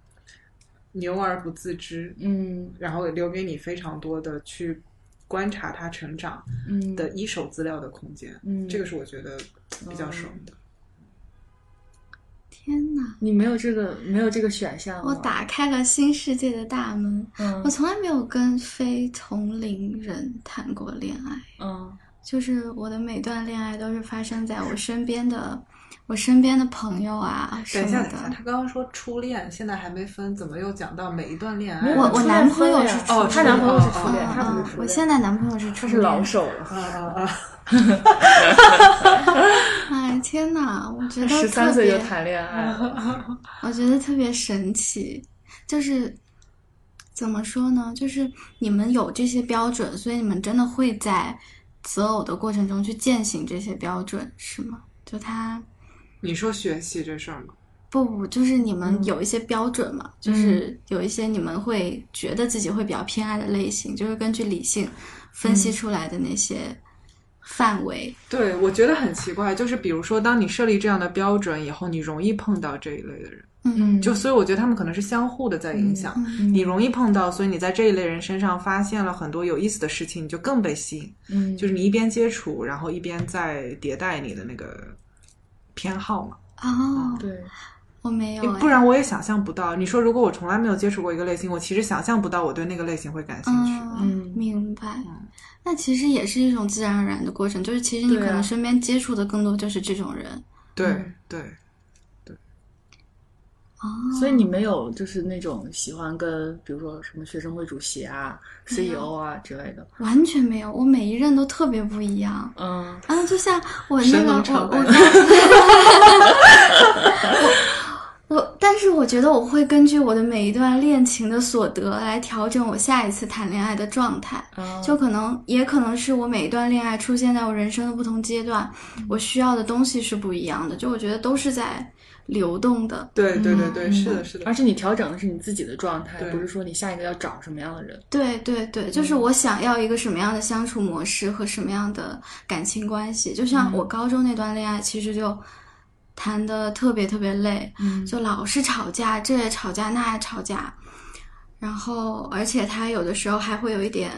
S3: 牛而不自知，
S4: 嗯
S3: 然后留给你非常多的去观察他成长
S4: 嗯
S3: 的一手资料的空间。
S4: 嗯，哦
S3: 这个是我觉得比较爽的。
S5: 天哪！
S4: 你没有这个没有这个选项。
S5: 我，打开了新世界的大门。
S4: 嗯
S5: 我从来没有跟非同龄人谈过恋爱，
S4: 嗯
S5: 就是我的每段恋爱都是发生在我身边的，我身边的朋友啊什
S3: 等一
S5: 么
S3: 下，等一下，
S5: 的。
S3: 他刚刚说初恋，现在还没分，怎么又讲到每一段恋
S4: 没
S3: 爱？
S4: 有
S5: 我
S4: 初
S5: 我
S4: 恋
S5: 男朋友
S4: 分了
S5: 是
S4: 呀
S5: 初
S4: 哦，她男朋友是初
S3: 哦
S4: 恋，她不
S5: 嗯
S4: 是，初
S5: 我
S4: 恋，
S5: 现在男朋友是初
S4: 她是
S5: 恋。
S4: 老手了，
S3: 啊啊啊！
S5: 哎天哪，我觉得
S4: 十三
S5: 特
S4: 岁就
S5: 别
S4: 谈恋爱 了。
S5: 我觉得特别神奇，就是怎么说呢？就是你们有这些标准，所以你们真的会在择偶的过程中去践行这些标准，是吗？就他
S3: 你说学习这事儿吗？
S5: 不不，就是你们
S4: 嗯
S5: 有一些标准嘛，就是有一些你们会觉得自己会比较偏爱的类型，就是根据理性分析出来的那些范围。
S3: 对，我觉得很奇怪，就是比如说，当你设立这样的标准以后，你容易碰到这一类的人，
S5: 嗯
S3: 就所以我觉得他们可能是相互的在影响。
S5: 嗯
S3: 你容易碰到，所以你在这一类人身上发现了很多有意思的事情，你就更被吸引。
S4: 嗯，
S3: 就是你一边接触，然后一边在迭代你的那个偏好嘛，
S5: 哦，
S4: 对，
S5: 我没有、哎，
S3: 不然我也想象不到。你说如果我从来没有接触过一个类型，我其实想象不到我对那个类型会感兴趣。
S5: 嗯
S4: 嗯，
S5: 明白
S3: 嗯。
S5: 那其实也是一种自然而然的过程，就是其实你
S4: 对啊
S5: 可能身边接触的更多就是这种人
S3: 对、
S4: 嗯
S3: 对，
S5: 哦，
S4: 所以你没有就是那种喜欢跟，比如说什么学生会主席啊、
S5: 没有
S4: CEO 啊之类的。
S5: 完全没有，我每一任都特别不一样。
S4: 嗯
S5: 啊，就像我那
S3: 神
S5: 个
S3: 农
S5: 我
S3: 尝
S5: 我
S3: 百草。
S5: 我，但是我觉得我会根据我的每一段恋情的所得来调整我下一次谈恋爱的状态。
S4: 嗯
S5: 就可能也可能是我每一段恋爱出现在我人生的不同阶段，我需要的东西是不一样的。就我觉得都是在流动的。
S3: 对对对对，
S4: 嗯
S3: 是的，是的
S4: 而，且你调整的是你自己的状态，
S3: 对
S4: 不是说你下一个要找什么样的人。
S5: 对对对，就是我想要一个什么样的相处模式和什么样的感情关系。就像我高中那段恋爱，其实就谈的特别特别累，
S4: 嗯
S5: 就老是吵架，这也吵架，那也吵架，然后而且他有的时候还会有一点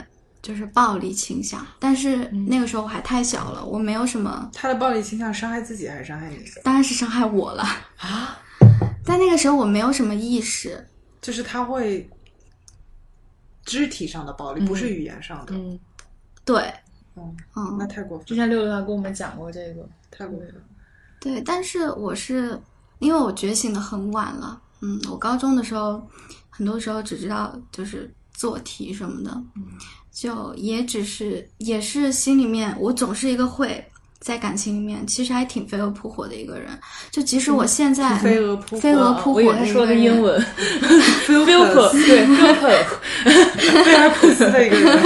S5: 就是暴力倾向，但是那个时候我还太小了，我没有什么，
S3: 他的暴力倾向伤害自己还是伤害你？
S5: 当然是伤害我了啊， 但那个时候我没有什么意识，
S3: 就是他会肢体上的暴力，不是语言上的。
S4: 嗯，
S5: 对，
S3: 嗯
S5: 嗯
S3: 那，太过分
S4: 之，前六六还跟我们讲过这个，
S3: 太过分了。
S5: 对，但是我是因为我觉醒的很晚了，嗯，我高中的时候，很多时候只知道就是做题什么的，就也只是也是心里面，我总是一个会在感情里面其实还挺飞蛾扑火的一个人，就即使我现在
S3: 飞蛾扑火
S5: 飞蛾扑
S4: 我
S5: 火
S4: 以为
S5: 的
S4: 他
S5: 一
S4: 说了
S5: 个
S4: 个
S5: 人
S4: 英文
S3: 菲尔
S4: b i l k 对 b i l k
S3: 菲尔普斯的一个人，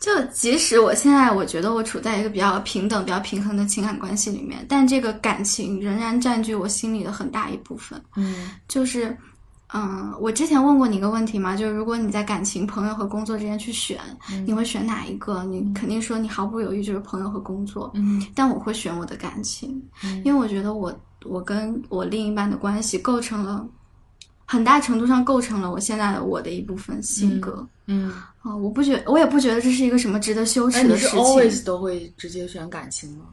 S5: 就即使我现在我觉得我处在一个比较平等、比较平衡的情感关系里面，但这个感情仍然占据我心里的很大一部分。
S4: 嗯，
S5: 就是，嗯，我之前问过你一个问题嘛，就是如果你在感情、朋友和工作之间去选，
S4: 嗯
S5: 你会选哪一个？你肯定说你毫不犹豫就是朋友和工作，
S4: 嗯，
S5: 但我会选我的感情，
S4: 嗯
S5: 因为我觉得我我跟我另一半的关系构成了很大程度上构成了我现在的我的一部分性格。
S4: 嗯，
S5: 啊、我不觉，我也不觉得这是一个什么值得羞
S4: 哎，
S5: 耻
S4: 你
S5: 的
S4: 是
S5: 事情。
S4: always 都会直接选感情吗？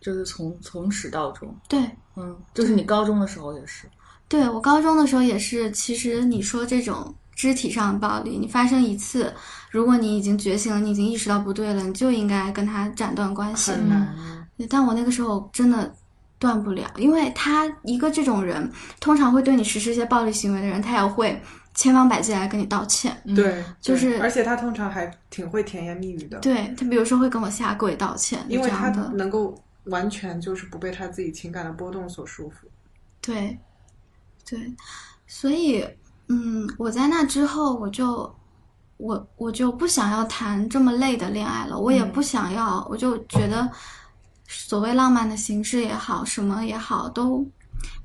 S4: 就是从从始到终，
S5: 对，
S4: 嗯，就是你高中的时候也是，
S5: 对我高中的时候也是，其实你说这种肢体上的暴力，你发生一次，如果你已经觉醒了，你已经意识到不对了，你就应该跟他斩断关系。
S3: 很难。
S5: 但我那个时候真的断不了，因为他一个这种人，通常会对你实施一些暴力行为的人，他也会千方百计来跟你道歉。
S4: 嗯
S3: 对，
S5: 就是
S3: 对而且他通常还挺会甜言蜜语的，
S5: 对他，比如说会跟我下跪道歉，
S3: 因为
S5: 这
S3: 他
S5: 样的。
S3: 能够完全就是不被他自己情感的波动所束缚。
S5: 对，对，所以，嗯，我在那之后，我就，我我就不想要谈这么累的恋爱了，我也不想要，我就觉得，所谓浪漫的形式也好，什么也好，都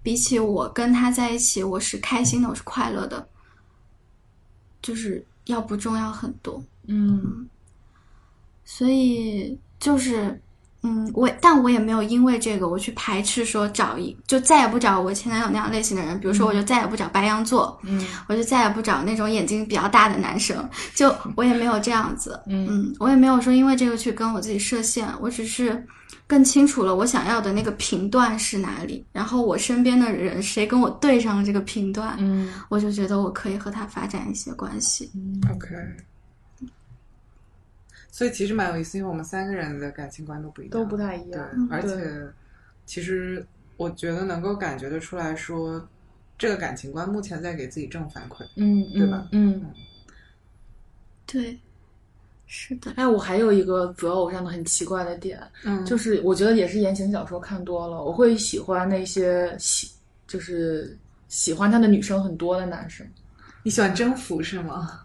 S5: 比起我跟他在一起，我是开心的，我是快乐的，就是要不重要很多。
S4: 嗯
S5: 所以就是，嗯，我但我也没有因为这个我去排斥说找一就再也不找我前男友那样类型的人，比如说我就再也不找白羊座，
S4: 嗯
S5: 我就再也不找那种眼睛比较大的男生，就我也没有这样子，
S4: 嗯
S5: 嗯，我也没有说因为这个去跟我自己设限，我只是更清楚了我想要的那个频段是哪里，然后我身边的人谁跟我对上了这个频段，
S4: 嗯
S5: 我就觉得我可以和他发展一些关系，
S3: OK，所以其实蛮有意思，因为我们三个人的感情观都不一样，
S4: 都不太一
S3: 对
S4: 样，，
S3: 而
S4: 嗯对
S3: 且其实我觉得能够感觉得出来说，这个感情观目前在给自己正反馈。
S4: 嗯
S3: 对吧
S4: 嗯。嗯
S5: 对，是的，
S4: 哎，我还有一个择偶上的很奇怪的点，
S3: 嗯
S4: 就是是我觉得也是言情小说看多了，我会喜欢那些喜，就是喜欢他的女生很多的男生。
S3: 你喜欢征服是吗？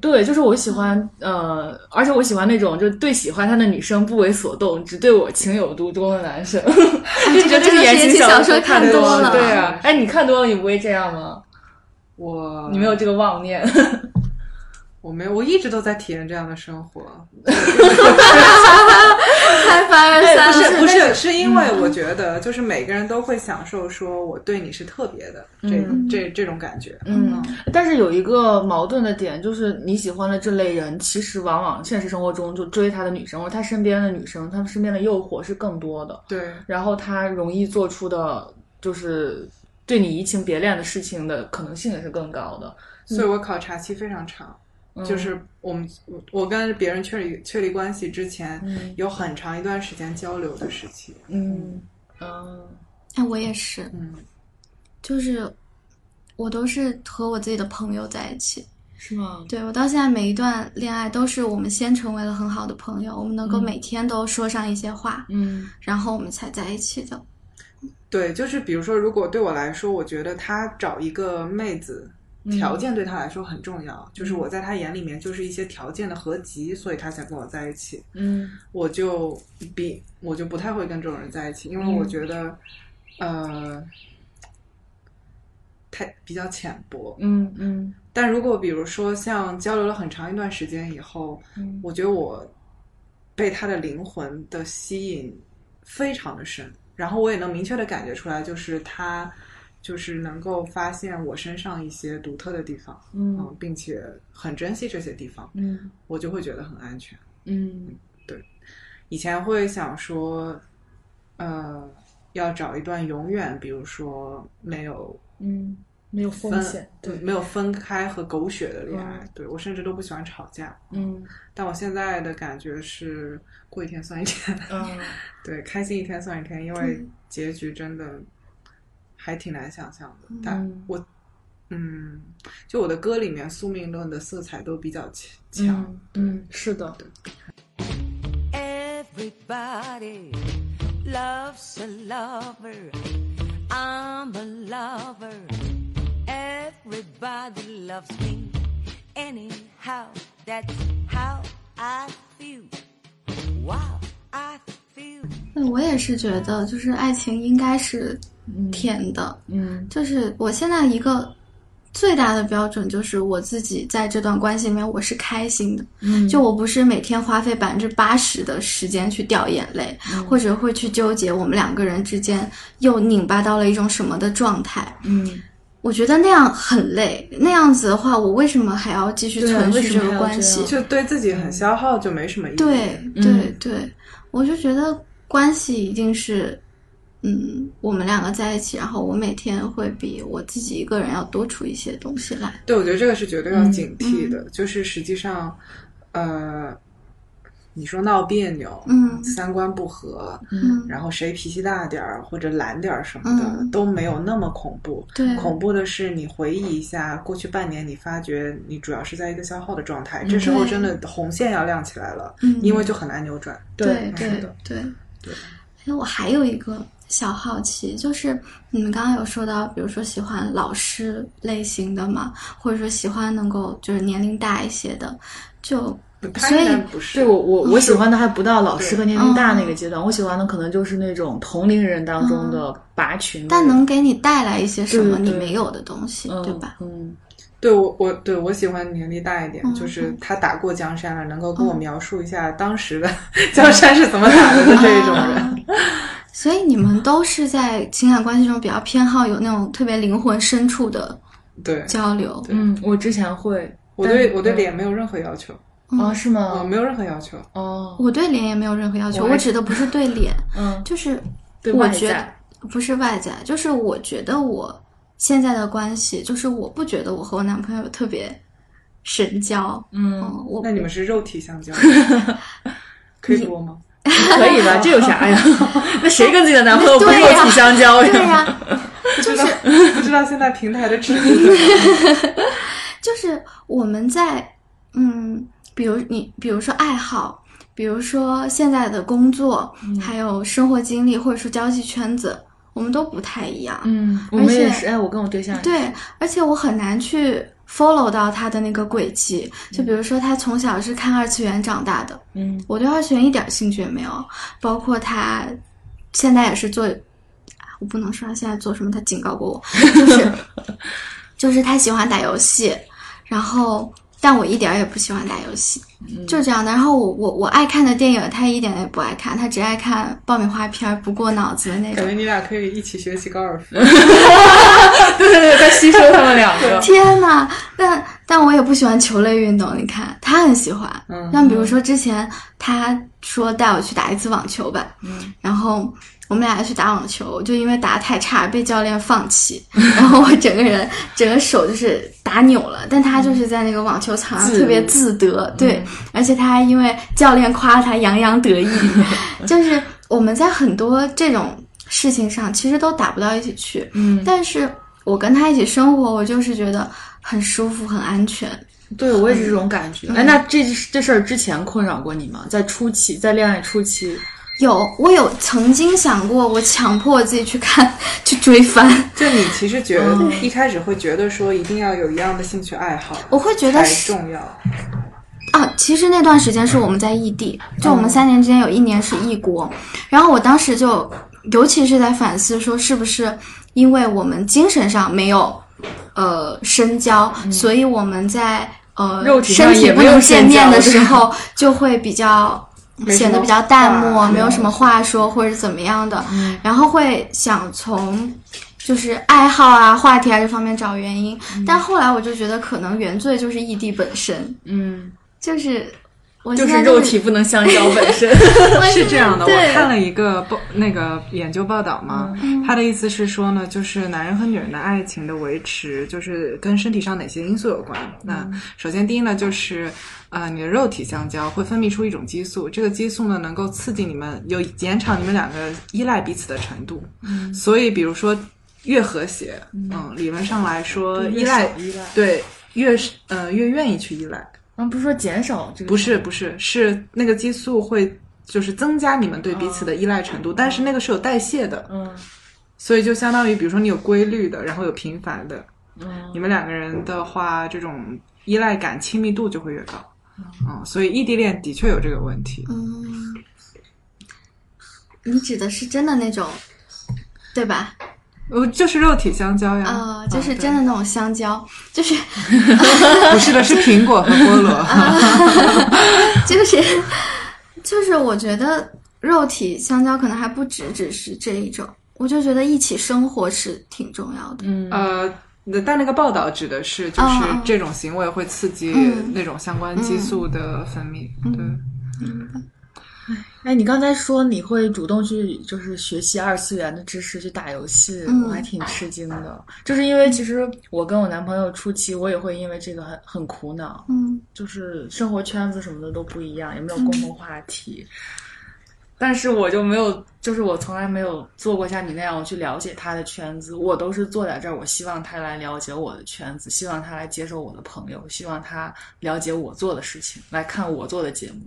S4: 对，就是我喜欢，呃，而且我喜欢那种就对喜欢他的女生不为所动，只对我情有独钟的男 生。 就觉得
S5: 啊这个
S4: 言
S5: 言
S4: 情
S5: 情小
S4: 说
S5: 说看
S4: 多
S5: 多了
S4: 对啊。哎，你看多了，你不会这样吗？
S3: 我
S4: 你没有这个妄念。
S3: 我没有，我一直都在体验这样的生
S4: 啊
S3: 活。
S5: 开凡二
S3: 对，
S5: 三
S3: 哎不是不
S5: 了
S3: 是，是因为
S4: 嗯
S3: 我觉得就是每个人都会享受说我对你是特别的这
S4: 嗯
S3: 这这种感觉。
S4: 嗯，但是有一个矛盾的点，就是你喜欢的这类人，其实往往现实生活中就追他的女生，或者他身边的女生，他们身边的诱惑是更多的，
S3: 对，
S4: 然后他容易做出的就是对你移情别恋的事情的可能性也是更高的。
S3: 所以我考察期非常长，
S4: 嗯
S3: 就是我们我我跟别人确立确立关系之前，
S4: 嗯
S3: 有很长一段时间交流的时期。
S4: 嗯嗯
S5: 哎，我也是，
S3: 嗯，
S5: 就是我都是和我自己的朋友在一起。
S4: 是吗？
S5: 对我到现在每一段恋爱都是我们先成为了很好的朋友，我们能够每天都说上一些话，
S4: 嗯
S5: 然后我们才在一起的。
S3: 对，就是比如说，如果对我来说，我觉得他找一个妹子，条件对他来说很重要，就是我在他眼里面就是一些条件的合集，所以他才跟我在一起。
S4: 嗯，
S3: 我就比我就不太会跟这种人在一起，因为我觉得，呃，太比较浅薄。
S4: 嗯嗯
S3: 但如果比如说像交流了很长一段时间以后，
S4: 嗯
S3: 我觉得我被他的灵魂的吸引非常的深，然后我也能明确的感觉出来，就是他就是能够发现我身上一些独特的地方，
S4: 嗯
S3: 嗯，并且很珍惜这些地方，
S4: 嗯
S3: 我就会觉得很安全。
S4: 嗯
S3: 以前会想说，呃，要找一段永远，比如说没有
S4: 嗯，没有风
S3: 分
S4: 险，对，
S3: 没有分开和狗血的恋爱，
S4: 嗯
S3: 对我甚至都不喜欢吵架。
S4: 嗯
S3: 但我现在的感觉是过一天算一天，
S4: 嗯
S3: 对，开心一天算一天，因
S5: 嗯
S3: 为结局真的还挺难想象的。但我，嗯，就我的歌里面宿命论的色彩都比较强，
S4: 嗯嗯，是的，
S6: Everybody loves a lover. I'm a lover. Everybody loves me. Anyhow, that's how I feel. Wow, I feel.
S5: 那我也是觉得，就是爱情应该是
S4: 嗯
S5: 甜的，
S4: 嗯
S5: 就是我现在一个最大的标准就是我自己在这段关系里面我是开心的，
S4: 嗯
S5: 就我不是每天花费百分之八十的时间去掉眼泪，
S4: 嗯
S5: 或者会去纠结我们两个人之间又拧巴到了一种什么的状态。
S4: 嗯
S5: 我觉得那样很累，那样子的话，我为什么还要继续
S4: 对啊
S5: 存
S4: 为
S5: 续
S4: 什么
S5: 这
S4: 还
S5: 个
S4: 要
S5: 关
S4: 这
S5: 系
S4: 样？
S3: 就对自己很消耗，就没什么意义。
S5: 嗯对
S4: 嗯
S5: 对对，我就觉得关系一定是，嗯，我们两个在一起，然后我每天会比我自己一个人要多出一些东西来。
S3: 对，我觉得这个是绝对
S5: 嗯
S3: 要警惕的。就是实际上，呃，你说闹别扭，
S5: 嗯
S3: 三观不合，
S5: 嗯，
S3: 然后谁脾气大点儿或者懒点儿什么的、
S5: 嗯
S3: 都没有那么恐怖。
S5: 对，
S3: 恐怖的是，你回忆一下过去半年，你发觉你主要是在一个消耗的状态，这时候
S5: 嗯对
S3: 真的红线要亮起来了，
S5: 嗯
S3: 因为就很难扭转。
S5: 对
S4: 是
S5: 对
S4: 的，
S5: 对。哎，我还有一个小好奇，就是你们刚刚有说到，比如说喜欢老师类型的嘛，或者说喜欢能够就是年龄大一些的，就
S3: 他
S5: 所以
S3: 应该不是
S4: 对我我我喜欢的还不到老师和年龄大
S5: 嗯
S4: 那个阶段，我喜欢的可能就是那种同龄人当中的拔群的人，
S5: 嗯但能给你带来一些什
S4: 对
S5: 么
S4: 对
S5: 你
S4: 对
S5: 没有的东西，
S4: 嗯
S5: 对吧？？
S4: 嗯
S3: 对我我对我喜欢年龄大一点，
S5: 嗯
S3: 就是他打过江山了，能够跟我描述一下当时的 江山是怎么打的的 这一种
S5: 嗯
S3: 人。
S5: 啊所以你们都是在情感关系中比较偏好有那种特别灵魂深处的
S3: 对，
S5: 交流。
S4: 嗯，我之前会
S3: 我对
S4: 但
S3: 我对
S4: 嗯
S3: 脸没有任何要求，
S5: 嗯
S4: 哦，是
S3: 我
S4: 吗？
S3: 没有任何要求。
S4: 哦，
S5: 我对脸也没有任何要求，
S4: 我
S5: 我
S4: 还
S5: 指的不是对脸，
S4: 嗯，
S5: 就是
S4: 对
S5: 我
S4: 外
S5: 觉
S4: 在
S5: 得不是外在，就是我觉得我现在的关系，就是我不觉得我和我男朋友特别神交。
S4: 嗯，
S5: 嗯，我
S3: 那你们是肉体相 交， 可以多吗？
S4: 可以吧？这有啥呀？ 那谁跟自己的男朋友不
S5: 对
S4: 肉
S5: 呀
S4: 体相交
S5: 对呀、
S3: 不知道 不知道现在平 台的尺度。
S5: 就是我们在嗯，比如你，比如说爱好，比如说现在的工作，
S4: 嗯
S5: 还有生活经历，或者说交际圈子，我们都不太一样。
S4: 嗯，我
S5: 而
S4: 们也
S5: 且
S4: 是，哎，我跟我对象也是
S5: 对，而且我很难去 follow 到他的那个轨迹。就比如说，他从小是看二次元长大的，
S4: 嗯
S5: 我对二次元一点兴趣也没有。包括他现在也是做，我不能说他现在做什么，他警告过 我，就是就是他喜欢打游戏，然后但我一点儿也不喜欢打游戏，
S3: 嗯
S5: 就这样的。然后我我我爱看的电影，他一点也不爱看，他只爱看爆米花片儿，不过脑子的那
S3: 感
S5: 种。
S3: 觉。你俩可以一起学习高尔夫。
S4: 对对对，在吸收他们两个
S5: 天呐，但但我也不喜欢球类运动，你看他很喜欢。
S3: 嗯
S5: 像比如说之前他说带我去打一次网球吧，
S4: 嗯
S5: 然后我们俩去打网球，就因为打得太差被教练 放弃，然后我整个人整个手就是打扭了，但他就是在那个网球场上
S4: 自
S5: 特别
S4: 如
S5: 自得，
S4: 嗯
S5: 对，而且他还因为教练夸他洋洋 得意，就是我们在很多这种事情上其实都打不到一起去，
S4: 嗯，
S5: 但是我跟他一起生活，我就是觉得很舒服、很安全。
S4: 对我也
S5: 嗯
S4: 是这种感觉。哎，那这这事儿之前困扰过你吗？在初期，在恋爱初期，
S5: 有，我有曾经想过，我强迫自己去看，去追番。
S3: 就你其实觉
S5: 嗯
S3: 得一开始会觉得说一定要有一样的兴趣爱好，
S5: 我会觉得
S3: 才
S5: 是
S3: 重要。
S5: 啊，其实那段时间是我们在异地，就
S4: 哦
S5: 我们三年之间有一年是异国，然后我当时就，尤其是在反思说，是不是因为我们精神上没有，呃，深交，所以我们在呃
S4: 嗯肉体上
S5: 身体
S4: 也
S5: 不
S4: 没有
S5: 能见
S4: 深
S5: 面
S4: 交
S5: 的
S4: 对
S5: 时候，就会比较
S3: 什
S5: 显得
S3: 么
S5: 比较
S3: 话
S5: 淡漠，没有
S3: 聊
S5: 什么话说或者怎么样的，
S4: 嗯
S5: 然后会想从就是爱好啊、话题啊这方面找原因，但后来我就觉得可能原罪就是异地本身，
S4: 嗯，
S5: 就是我
S4: 就
S5: 现
S4: 是
S5: 在
S4: 肉
S5: 是
S4: 体不能相交本 身。
S3: 是这样的，
S5: 对
S3: 我看了一个报那个研究报道嘛，他的意思是说呢，就是男人和女人的爱情的维持，就是跟身体上哪些因素有关。那首先第一呢，就是呃，你的肉体相交会分泌出一种激素，这个激素呢能够刺激你们，有延长你们两个依赖彼此的程度。所以比如说越和谐，嗯，理论上来说依赖
S4: 少依赖
S3: 对越是呃越愿意去依赖。
S4: 嗯，不是说减少这个，
S3: 不是
S5: 嗯
S3: 不是，是那个激素会就是增加你们对彼
S5: 哦
S3: 此的依赖程度，但是那个是有代谢的，
S4: 嗯，
S3: 所以就相当于比如说你有规律的，然后有频繁的，
S4: 嗯
S3: 你们两个人的话，这种依赖感、亲密度就会越高。嗯，所以异地恋的确有这个问题。
S5: 嗯，你指的是真的那种，对吧？
S3: 呃，就是肉体相交呀，
S5: 呃，就是
S3: 嗯
S5: 真的那种香蕉，就是
S3: 不是的，是苹果和菠
S5: 啊
S3: 萝。
S5: 就是就是，我觉得肉体相交可能还不止只是这一种，我就觉得一起生活是挺重要的。
S4: 嗯
S3: 呃，但那个报道指的是，就是
S5: 嗯嗯
S3: 这种行为会刺激
S5: 嗯
S3: 那种相关激素的分泌。对。
S4: 哎，你刚才说你会主动去就是学习二次元的知识去打游戏，
S5: 嗯
S4: 我还挺吃惊的。就是因为其实我跟我男朋友初期，我也会因为这个很很苦恼，
S5: 嗯，
S4: 就是生活圈子什么的都不一样，也没有共同话题。但是我就没有，就是我从来没有做过像你那样，我去了解他的圈子。我都是坐在这儿，我希望他来了解我的圈子，希望他来接受我的朋友，希望他了解我做的事情，来看我做的节目。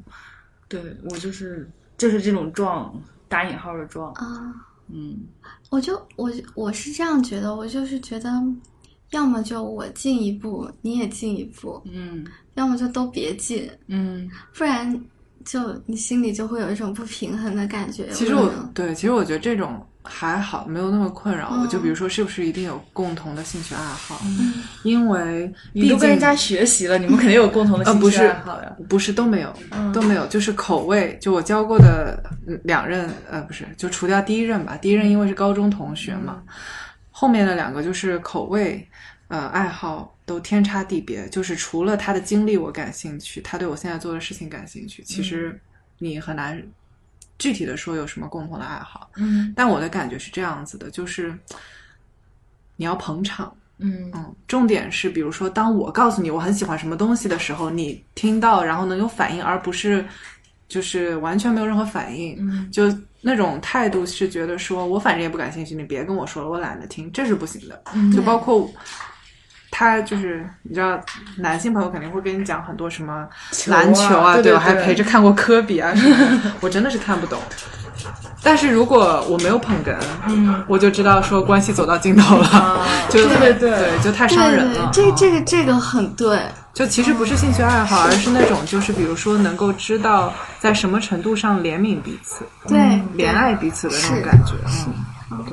S4: 对我就是就是这种壮，打引号的壮，
S3: 哦
S5: 啊，
S4: 嗯，
S5: 我就我我是这样觉得，我就是觉得，要么就我进一步，你也进一步，
S4: 嗯
S5: 要么就都别进，
S4: 嗯，
S5: 不然就你心里就会有一种不平衡的感觉。
S3: 其实
S5: 有
S3: 我
S5: 可能
S3: 对，其实我觉得这种还好，没有那么困扰我。就比
S5: 嗯
S3: 如说，是不是一定有共同的兴趣爱好？因为
S4: 嗯你
S3: 毕
S4: 都
S3: 竟
S4: 跟人家学习了，你们肯定有共同 的
S3: 呃
S4: 兴
S3: 不
S4: 趣
S3: 是
S4: 爱好呀。
S3: 不是都没有、
S4: 嗯
S3: 都没有，就是口味。就我教过的嗯两任，呃，不是，就除掉第一任吧。第一任因为是高中同学嘛，
S4: 嗯
S3: 后面的两个就是口味，呃，爱好都天差地别。就是除了他的经历我感兴趣，他对我现在做的事情感兴趣，其
S4: 嗯
S3: 实你很难具体的说有什么共同的爱好。
S4: 嗯
S3: 但我的感觉是这样子的，就是你要捧场，
S4: 嗯
S3: 嗯，重点是，比如说，当我告诉你我很喜欢什么东西的时候，你听到然后能有反应，而不是就是完全没有任何反应，
S4: 嗯
S3: 就那种态度是觉得说我反正也不感兴趣，你别跟我说了，我懒得听，这是不行的。就包括他就是你知道，男性朋友肯定会跟你讲很多什么篮球啊，
S4: 对对
S3: 我还
S4: 对
S3: 陪着看过科比啊什么的，我真的是看不懂。但是如果我没有捧哏，
S4: 嗯，
S3: 我就知道说关系走到尽头了， 就
S4: 对对对
S3: 就太伤
S5: 啊对
S3: 人
S5: 对
S3: 了。，
S5: 这
S3: 嗯
S5: 这个这个很对，
S3: 就其实不是兴趣爱好，而是那种就是比如说能够知道在什么程度上怜悯彼此、
S5: 对，
S3: 怜爱彼此的那种
S5: 嗯是
S3: 感觉。嗯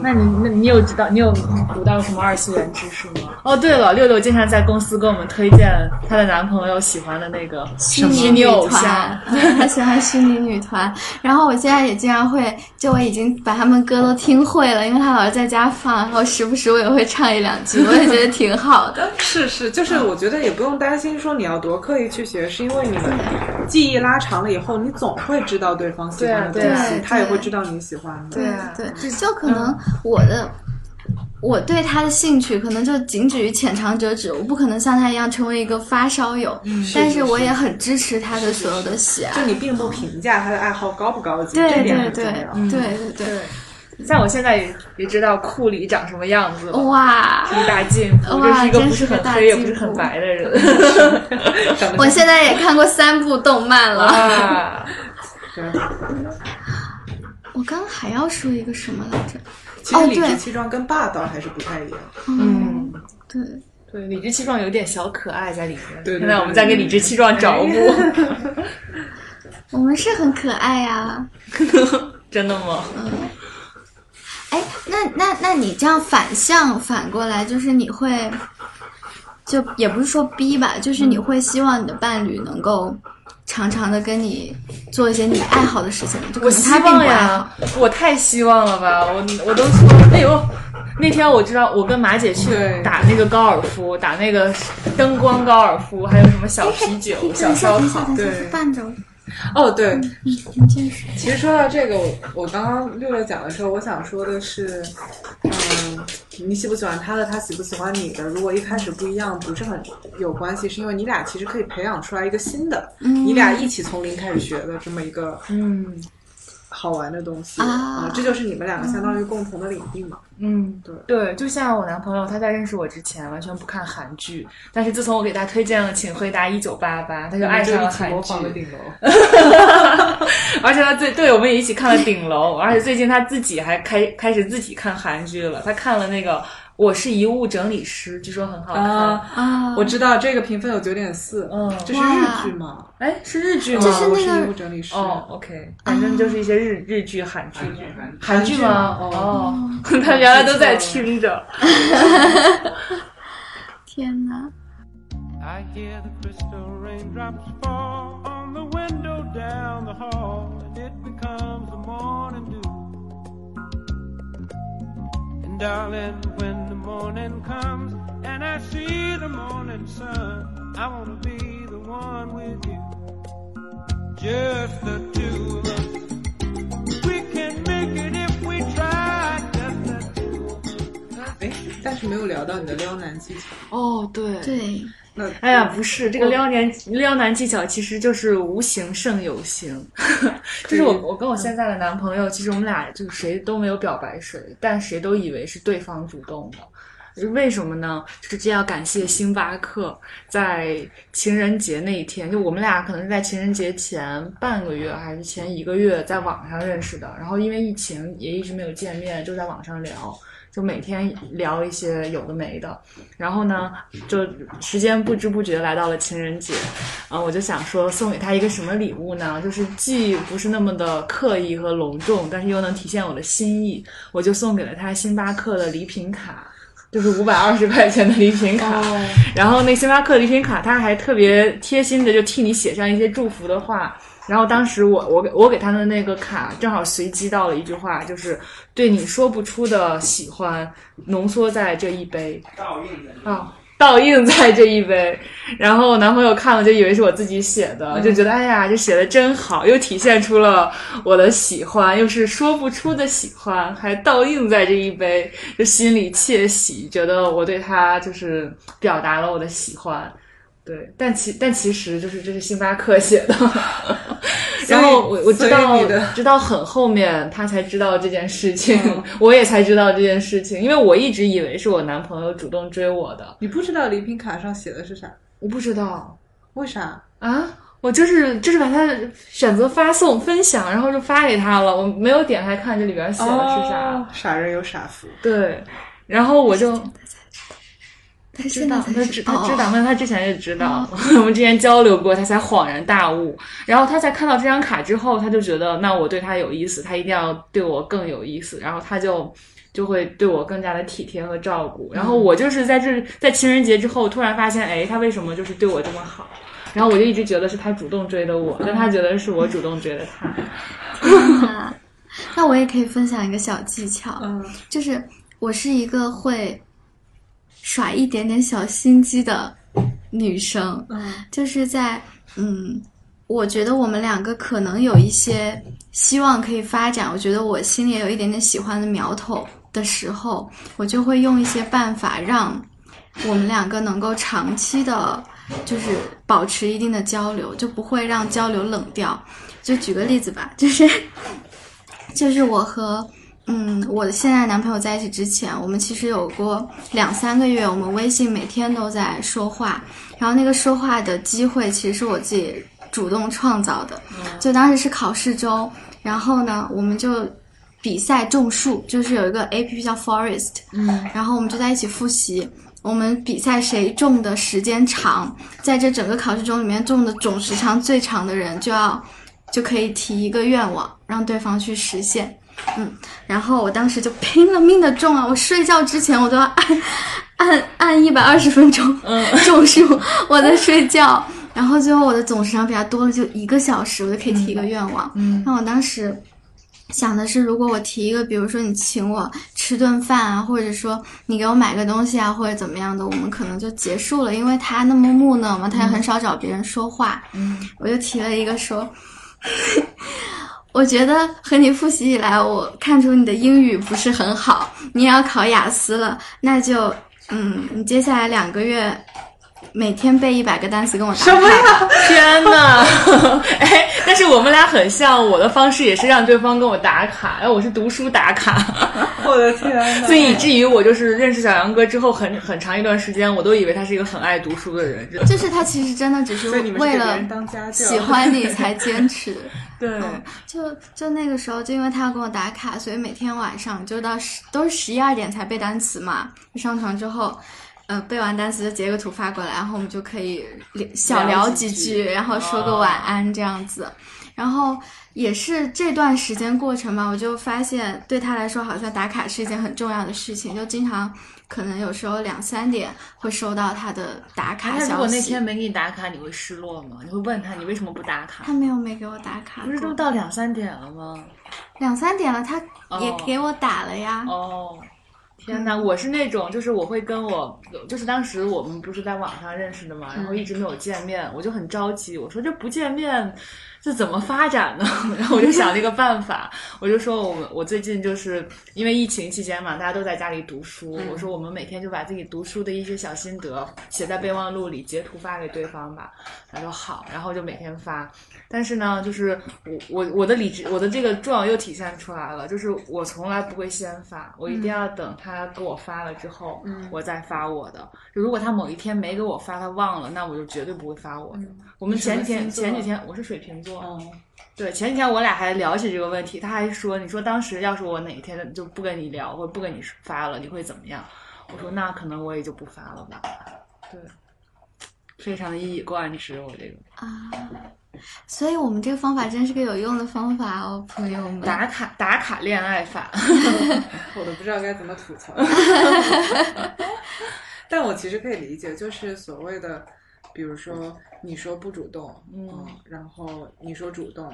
S4: 那你那你有知道你有读到什么二次元知识吗？哦，对了，六六经常在公司给我们推荐她的男朋友喜欢的那个
S5: 虚拟
S4: 虚
S5: 女
S4: 拟偶像
S5: 团，， 嗯他喜欢虚拟女团。然后我现在也经常会，就我已经把他们歌都听会了，因为他老是在家放，然后时不时我也会唱一两句，我也觉得挺好的。
S3: 是是，就是
S5: 嗯
S3: 我觉得也不用担心说你要多刻意去学，是因为你们记忆拉长了以后，你总会知道对方喜欢的
S4: 对啊
S3: 东
S5: 对
S3: 西
S5: 啊，
S3: 他也
S5: 对
S3: 会知道你喜欢的。
S5: 对
S4: 啊
S5: 对，就可能我的。我对他的兴趣可能就仅止于浅尝辄止，我不可能像他一样成为一个发烧友，但是我也很支持他的所有的喜爱。
S3: 就你并不评价他的爱好高不高级，
S5: 对
S3: 这
S5: 对
S3: 点很
S5: 对
S3: 重要。
S5: 对对对，
S4: 像我现在也也知道库里长什么样子了，
S5: 哇！
S4: 一大进步，
S5: 哇
S4: 这是一个不是
S5: 真是个
S4: 很
S5: 大
S4: 黑也不
S5: 进
S4: 是很
S5: 步
S4: 白的 人。 长得
S5: 我
S4: 嗯啊
S5: 现在也看过三部动漫了。
S4: 哇，
S3: 对
S5: 我刚还要说一个什么来着？
S7: 其实
S5: 哦
S7: 理
S5: 对
S7: 直气壮跟霸道还是不太一样。
S5: 嗯，对，
S4: 对，理直气壮有点小可爱在里面。
S7: 对对
S4: 现在我们在给理直气壮找补，
S5: 我们是很可爱啊呀、
S4: 真的吗？
S5: 哎，那那那你这样反向反过来，就是你会，就也不是说逼吧，就是
S4: 嗯
S5: 你会希望你的伴侣能够常常的跟你做一些你爱好的事情，就可
S4: 我
S5: 能
S4: 希
S5: 他并不
S4: 望
S5: 爱好
S4: 呀。，我太希望了吧！我我都说，哎呦，那天我知道，我跟马姐去
S3: 对
S4: 打那个高尔夫，打那个灯光高尔夫，还有什么小啤酒、小
S5: 等一下，
S4: 烧
S5: 等一下，
S4: 烤
S5: 等，一下，
S3: 对
S5: 伴着我，
S3: 哦，对，
S5: 嗯你接着说。
S3: 其实说到这个，我我刚刚六六讲的时候，我想说的是，嗯，你喜不喜欢他的，他喜不喜欢你的，如果一开始不一样，不是很有关系，是因为你俩其实可以培养出来一个新的，
S5: 嗯
S3: 你俩一起从零开始学的这么一个
S4: 嗯
S3: 好玩的东西
S5: 啊嗯
S3: 这就是你们两个相当于共同的领域嘛。
S4: 嗯，
S3: 对
S4: 对，就像我男朋友，他在认识我之前完全不看韩剧，但是自从我给他推荐了《请回答一九八八》，他就爱上了韩
S3: 模
S4: 剧
S3: 仿。的顶 楼，
S4: 而且他最对我们也一起看了《顶楼》， 而且最近他自己还开开始自己看韩剧了。他看了那个《我是遗物整理师》，据说很好 看。
S3: 啊
S5: 啊，
S3: 我知道这个评分有九点四，
S4: 嗯，
S3: 这是日剧嘛？
S4: 哎，是日剧吗？
S5: 这是
S3: 我
S5: 那个
S3: 衣物整理师。
S4: 哦，OK，反正就是一些日日剧、韩剧、
S3: 韩剧
S4: 吗？
S3: 韩剧
S4: 哦， 他原来都在听着。
S5: 天哪！
S2: I hear the crystal raindrops fall on the window down the hall, and it becomes the morning dew. And darling, when the morning comes and I see the morning sun, I wanna be the one with you. Just the two of us. We can make it if we try. Just the two
S3: 哎，但是没有聊到你的撩男技巧。
S4: 哦，对。
S5: 对，
S3: 那
S4: 哎呀，不是这个撩男撩男技巧，其实就是无形胜有形。就是我我跟我现在的男朋友，其实我们俩就谁都没有表白谁，但谁都以为是对方主动的。为什么呢？就是这要感谢星巴克在情人节那一天，就我们俩可能是在情人节前半个月还是前一个月在网上认识的，然后因为疫情也一直没有见面，就在网上聊，就每天聊一些有的没的。然后呢，就时间不知不觉来到了情人节，啊，我就想说送给他一个什么礼物呢？就是既不是那么的刻意和隆重，但是又能体现我的心意，我就送给了他星巴克的礼品卡。就是五百二十块钱的礼品卡，然后那星巴克礼品卡，他还特别贴心的就替你写上一些祝福的话。然后当时我我给我给他的那个卡正好随机到了一句话，就是对你说不出的喜欢浓缩在这一杯，啊，倒映在这一杯。然后我男朋友看了就以为是我自己写的，就觉得哎呀，这写的真好，又体现出了我的喜欢，又是说不出的喜欢，还倒映在这一杯，就心里窃喜，觉得我对他就是表达了我的喜欢。对，但其但其实就是这是星巴克写的， 然后我我知
S3: 所以
S4: 道
S3: 你的
S4: 直到很后面他才知道这件事情， 我也才知道这件事情，因为我一直以为是我男朋友主动追我的，
S3: 你不知道礼品卡上写的是啥？
S4: 我不知道
S3: 为啥？
S4: 啊，我就是就是把他选择发送分享，然后就发给他了，我没有点开看这里边写的是啥，
S3: 哦？傻人有傻福。
S4: 对，然后我就
S5: 他
S4: 知
S5: 现在
S4: 道，
S5: 才哦
S4: 他知
S5: 道哦
S4: 他知道，那他之前就知道， 我们之前交流过，他才恍然大悟。然后他在看到这张卡之后，他就觉得那我对他有意思，他一定要对我更有意思，然后他就。就会对我更加的体贴和照顾，然
S5: 嗯
S4: 后我就是在这在情人节之后突然发现，哎，他为什么就是对我这么好？然后我就一直觉得是他主动追的我，但他觉得是我主动追的他。
S5: 啊那我也可以分享一个小技巧，就是我是一个会耍一点点小心机的女生，就是在嗯，我觉得我们两个可能有一些希望可以发展，我觉得我心里有一点点喜欢的苗头的时候，我就会用一些办法让我们两个能够长期的，就是保持一定的交流，就不会让交流冷掉。就举个例子吧，就是就是我和嗯我的现在男朋友在一起之前，我们其实有过两三个月，我们微信每天都在说话，然后那个说话的机会其实是我自己主动创造的，就当时是考试周，然后呢，我们就比赛种树，就是有一个 A P P 叫 Forest，
S4: 嗯，
S5: 然后我们就在一起复习。我们比赛谁种的时间长，在这整个考试中里面种的总时长最长的人就要就可以提一个愿望，让对方去实现。嗯，然后我当时就拼了命的种啊，我睡觉之前我都要按按按一百二十分钟种树，我在睡觉。然后最后我的总时长比他多了就一个小时，我就可以提一个愿望。
S4: 嗯
S5: 那我当时想的是，如果我提一个，比如说你请我吃顿饭啊，或者说你给我买个东西啊，或者怎么样的，我们可能就结束了，因为他那么木讷嘛，他也很
S3: 嗯
S5: 少找别人说话。
S4: 嗯，
S5: 我就提了一个说。 我觉得和你复习以来，我看出你的英语不是很好，你也要考雅思了，那就嗯，你接下来两个月每天背一百个单词跟我打
S8: 什么
S5: 呀？
S8: 天呐， 哎，但是我们俩很像，我的方式也是让对方跟我打卡，哎然后我是读书打卡，
S3: 我的天呐！
S8: 所以以至于我就是认识小杨哥之后很很长一段时间，我都以为他是一个很爱读书的人。
S5: 就是他其实真的只是
S3: 所以你们是
S5: 为
S3: 给别
S5: 了
S3: 人当家教，
S5: 喜欢你才坚 持。嗯
S8: 对，
S5: 就就那个时候，就因为他要跟我打卡，所以每天晚上就到十都是十一二点才背单词嘛。上床之后，呃，背完单词就截个图发过来，然后我们就可以聊小聊几
S8: 聊几
S5: 句，
S8: 句
S5: 然后说
S4: 哦
S5: 个晚安这样子。然后也是这段时间过程吧，我就发现对他来说，好像打卡是一件很重要的事情，就经常可能有时候两三点会收到他的打卡
S4: 哎那如
S5: 消
S4: 果
S5: 息。
S4: 那天没给你打卡，你会失落吗？你会问他你为什么不打卡
S5: 他？没有没给我打卡过，
S4: 不是都到两三点了吗？
S5: 两三点了，他也
S4: 哦
S5: 给我打了呀。
S4: 哦，天哪！我是那种，就是我会跟我，就是当时我们不是在网上认识的嘛，然后一直没有见面，我就很着急，我说这不见面，这怎么发展呢？ 然后我就想了一个办法，我就说我们我最近就是因为疫情期间嘛，大家都在家里读书，我说我们每天就把自己读书的一些小心得写在备忘录里，截图发给对方吧。他说好，然后就每天发。但是呢，就是我我我的理智，我的这个重要又体现出来了，就是我从来不会先发，我一定要等他给我发了之后，我再发我的。就如果他某一天没给我发，他忘了，那我就绝对不会发我的。我们前几天前几天我是水瓶座，对，前几天我俩还聊起这个问题，他还说，你说当时要是我哪一天就不跟你聊或者不跟你发了，你会怎么样？我说那可能我也就不发了吧。对，非常的一以贯之，我这个。
S5: 啊，所以我们这个方法真是个有用的方法哦，朋友们。
S4: 打卡打卡恋爱法，
S3: 我都不知道该怎么吐槽。 但我其实可以理解，就是所谓的，比如说你说不主动，
S4: 嗯
S3: 然后你说主动，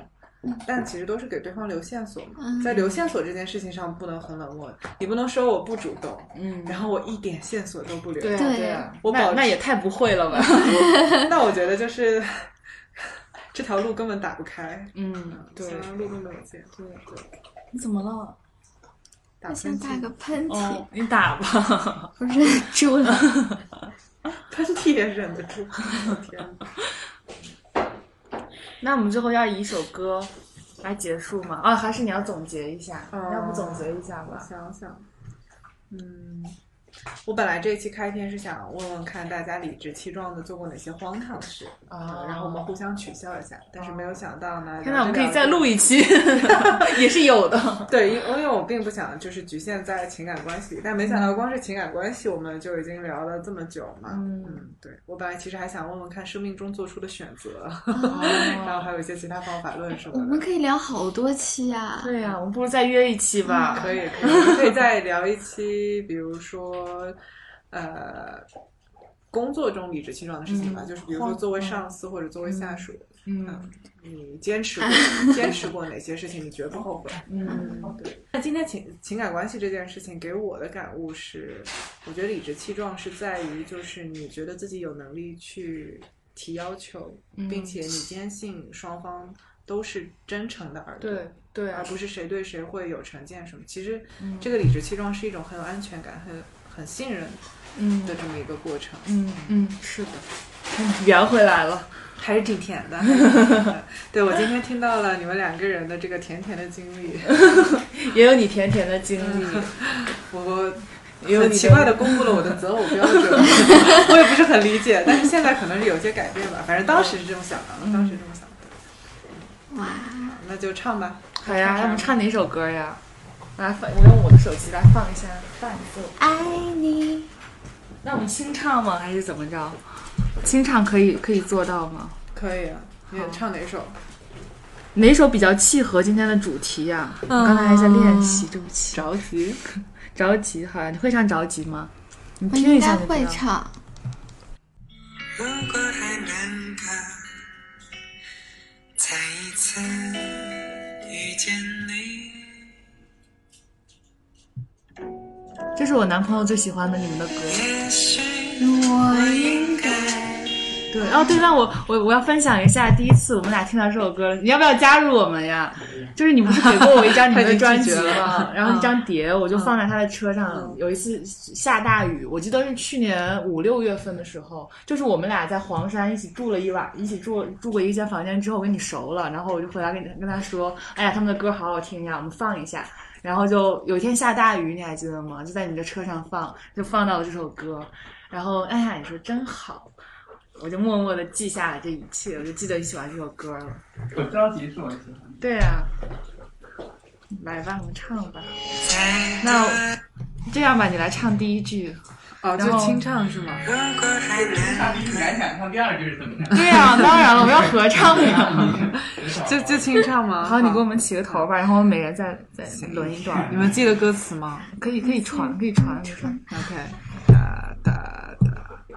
S3: 但其实都是给对方留线索嘛。
S5: 嗯
S3: 在留线索这件事情上，不能很冷漠，你不能说我不主动，
S4: 嗯
S3: 然后我一点线索都不留。
S4: 对啊
S5: 对
S4: 对啊，
S3: 我
S4: 那
S3: 保
S4: 那也太不会了吧？
S3: 那我觉得就是这条路根本打不开，
S4: 嗯，对
S3: 这，条路根本没有见。对对，
S4: 你怎么了？
S3: 打
S5: 我想
S3: 喷
S5: 打
S3: 嚏
S5: 个喷嚏，
S4: 哦，你打吧。
S5: 我忍住了。
S3: 喷嚏也忍得住，我的天哪！
S4: 那我们最后要以一首歌来结束吗？啊，还是你要总结一下？
S3: 嗯
S4: 要不总结一下
S3: 我
S4: 吧？
S3: 想想，嗯，我本来这期开篇是想问问看大家理直气壮的做过哪些荒唐事呃
S4: 啊
S3: 然后我们互相取笑一下，但是没有想到呢，
S4: 哦天
S3: 哪，
S4: 哪，我们可以再录一 期，也是有的。
S3: 对，因因为我并不想就是局限在情感关系里，但没想到光是情感关系，我们就已经聊了这么久嘛。
S4: 嗯
S3: 对我本来其实还想问问看生命中做出的选择， 然后
S4: 哦
S3: 还有一些其他方法论什
S5: 我
S3: 么
S5: 们
S3: 的。
S5: 可以聊好多期啊。
S4: 对呀，我们不如再约一期吧？
S3: 可以，可以，我们可以再聊一期，比如说，呃，工作中理直气壮的事情吧，
S4: 嗯
S3: 就是比如说作为上司或者作为下属，
S4: 嗯
S3: 你坚持 过坚持过哪些事情，你绝不后悔。
S4: 嗯
S3: 对，那今天情情感关系这件事情给我的感悟是，我觉得理直气壮是在于，就是你觉得自己有能力去提要求，
S4: 嗯
S3: 并且你坚信双方都是真诚的而
S4: 对对
S3: 而
S4: 啊，
S3: 不是谁对谁会有成见什么。其实这个理直气壮是一种很有安全感、很很信任
S4: 嗯
S3: 的这么一个过程，
S4: 嗯嗯，是的，嗯圆回来了。
S3: 还是挺 甜的。还是挺甜的对我今天听到了你们两个人的这个甜甜的经历，
S4: 也有你甜甜的经历，
S3: 我
S4: 也有
S3: 很
S4: 你
S3: 奇怪的公布了我的择偶标准， 我也不是很理解，但是现在可能是有些改变吧。反正当时是这么想的，啊当时是这么想的。
S5: 哇，
S4: 嗯
S3: 那就唱吧，
S4: 好呀，那我们唱哪首歌呀？
S9: 来放，我用我的手机来放一下伴奏。
S5: 爱你。
S9: 那我们清唱吗？还是怎么着？清唱可以可以做到吗？
S10: 可以啊。你唱哪首？
S4: 哪首比较契合今天的主题呀、我刚才还在练习，对不
S5: 嗯
S4: 起，
S9: 着急。
S4: 着急好像你会唱着急吗？你
S5: 我
S4: 听
S5: 应
S4: 一下
S5: 该
S4: 就知
S5: 会
S4: 道。
S5: 唱，
S3: 如果还能够再一次遇见你，
S4: 这是我男朋友最喜欢的你们的歌。
S3: 也许
S5: 我
S3: 应该
S4: 对，哦对，那我我我要分享一下第一次我们俩听到这首歌了，你要不要加入我们呀？就是你不是给过我一张你 们
S9: 他
S4: 的
S9: 已经
S4: 专
S9: 啊拒
S4: 辑
S9: 绝了嗯
S4: 吗？然后一张碟，我就放在他的车上
S10: 嗯。
S4: 有一次下大雨，我记得是去年五六月份的时候，就是我们俩在黄山一起住了一晚，一起住住过一间房间之后，我跟你熟了，然后我就回来跟跟他说，哎呀，他们的歌好好听呀，我们放一下。然后就有一天下大雨，你还记得吗？就在你的车上放，就放到了这首歌。然后哎呀，你说真好，我就默默的记下了这一切，我就记得你喜欢这首歌了。
S2: 我着急是我喜欢。
S4: 对啊，来吧，我们唱吧。
S3: 再
S4: 那
S3: 多
S4: 我这样吧，你来唱第一句。
S10: 哦，
S4: 然
S10: 就
S4: 后
S10: 清唱是吗？
S3: 如果还
S2: 唱
S3: 能
S2: 第一句还想唱第二句是怎 么
S4: 对啊， 当然了，我们要合唱呀。
S2: 着？
S10: 就就清唱吗？
S4: 好，你给我们起个头吧，然后我们每人再再轮一段。
S10: 你们记得歌词吗
S4: 可以，可以传，可以传，可以传。
S10: ？OK，哒哒哒。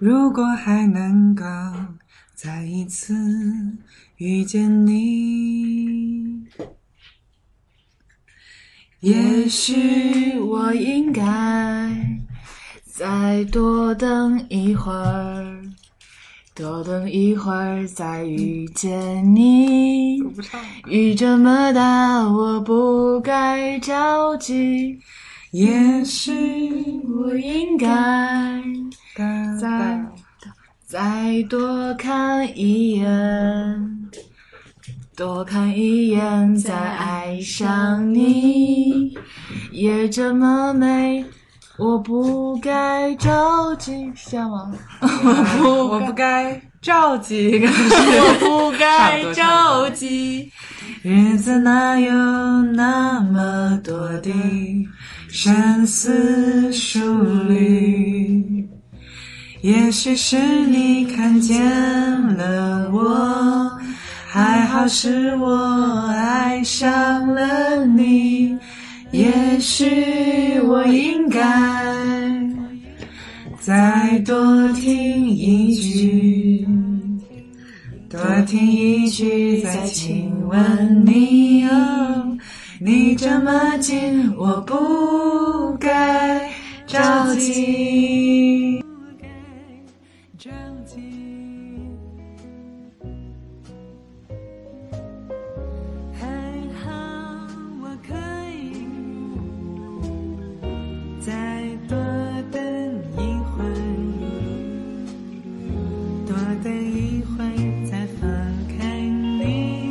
S3: 如果还能够再一次遇见你，也许
S4: 我应该再多等一会儿，多等一会儿再遇见你。雨这么大，我不该着急，
S3: 也许
S4: 我应该
S10: 哒
S4: 再
S10: 哒。
S4: 再多看一眼，多看一眼，再爱上你。夜这么美，我不该着急，是这样吗？
S10: 我不该着急，应该是
S4: 我不该
S10: 差不
S4: 着急。
S3: 日子哪有那么多的深思熟虑？也许是你看见了我，还好是我爱上了你。也许我应该再多听一句。多听一句，再亲吻你哦，你这么近，我不该着急。
S11: 还好我可以
S3: 再多等一会儿，多等一会儿再放开你。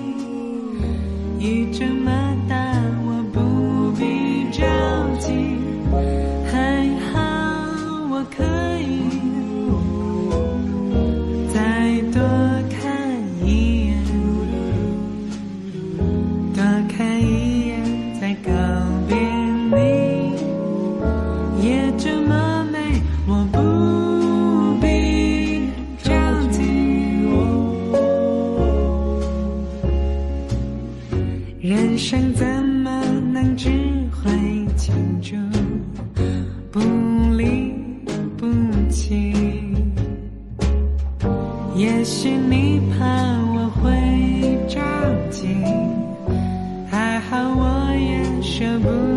S3: 雨这么大，我不必着急。还好我可以再多看一眼，多看一眼再告别你。夜这么美，我不必着急。人生怎么能只会庆祝，不离不弃？也许你怕我会着急，还好我也舍不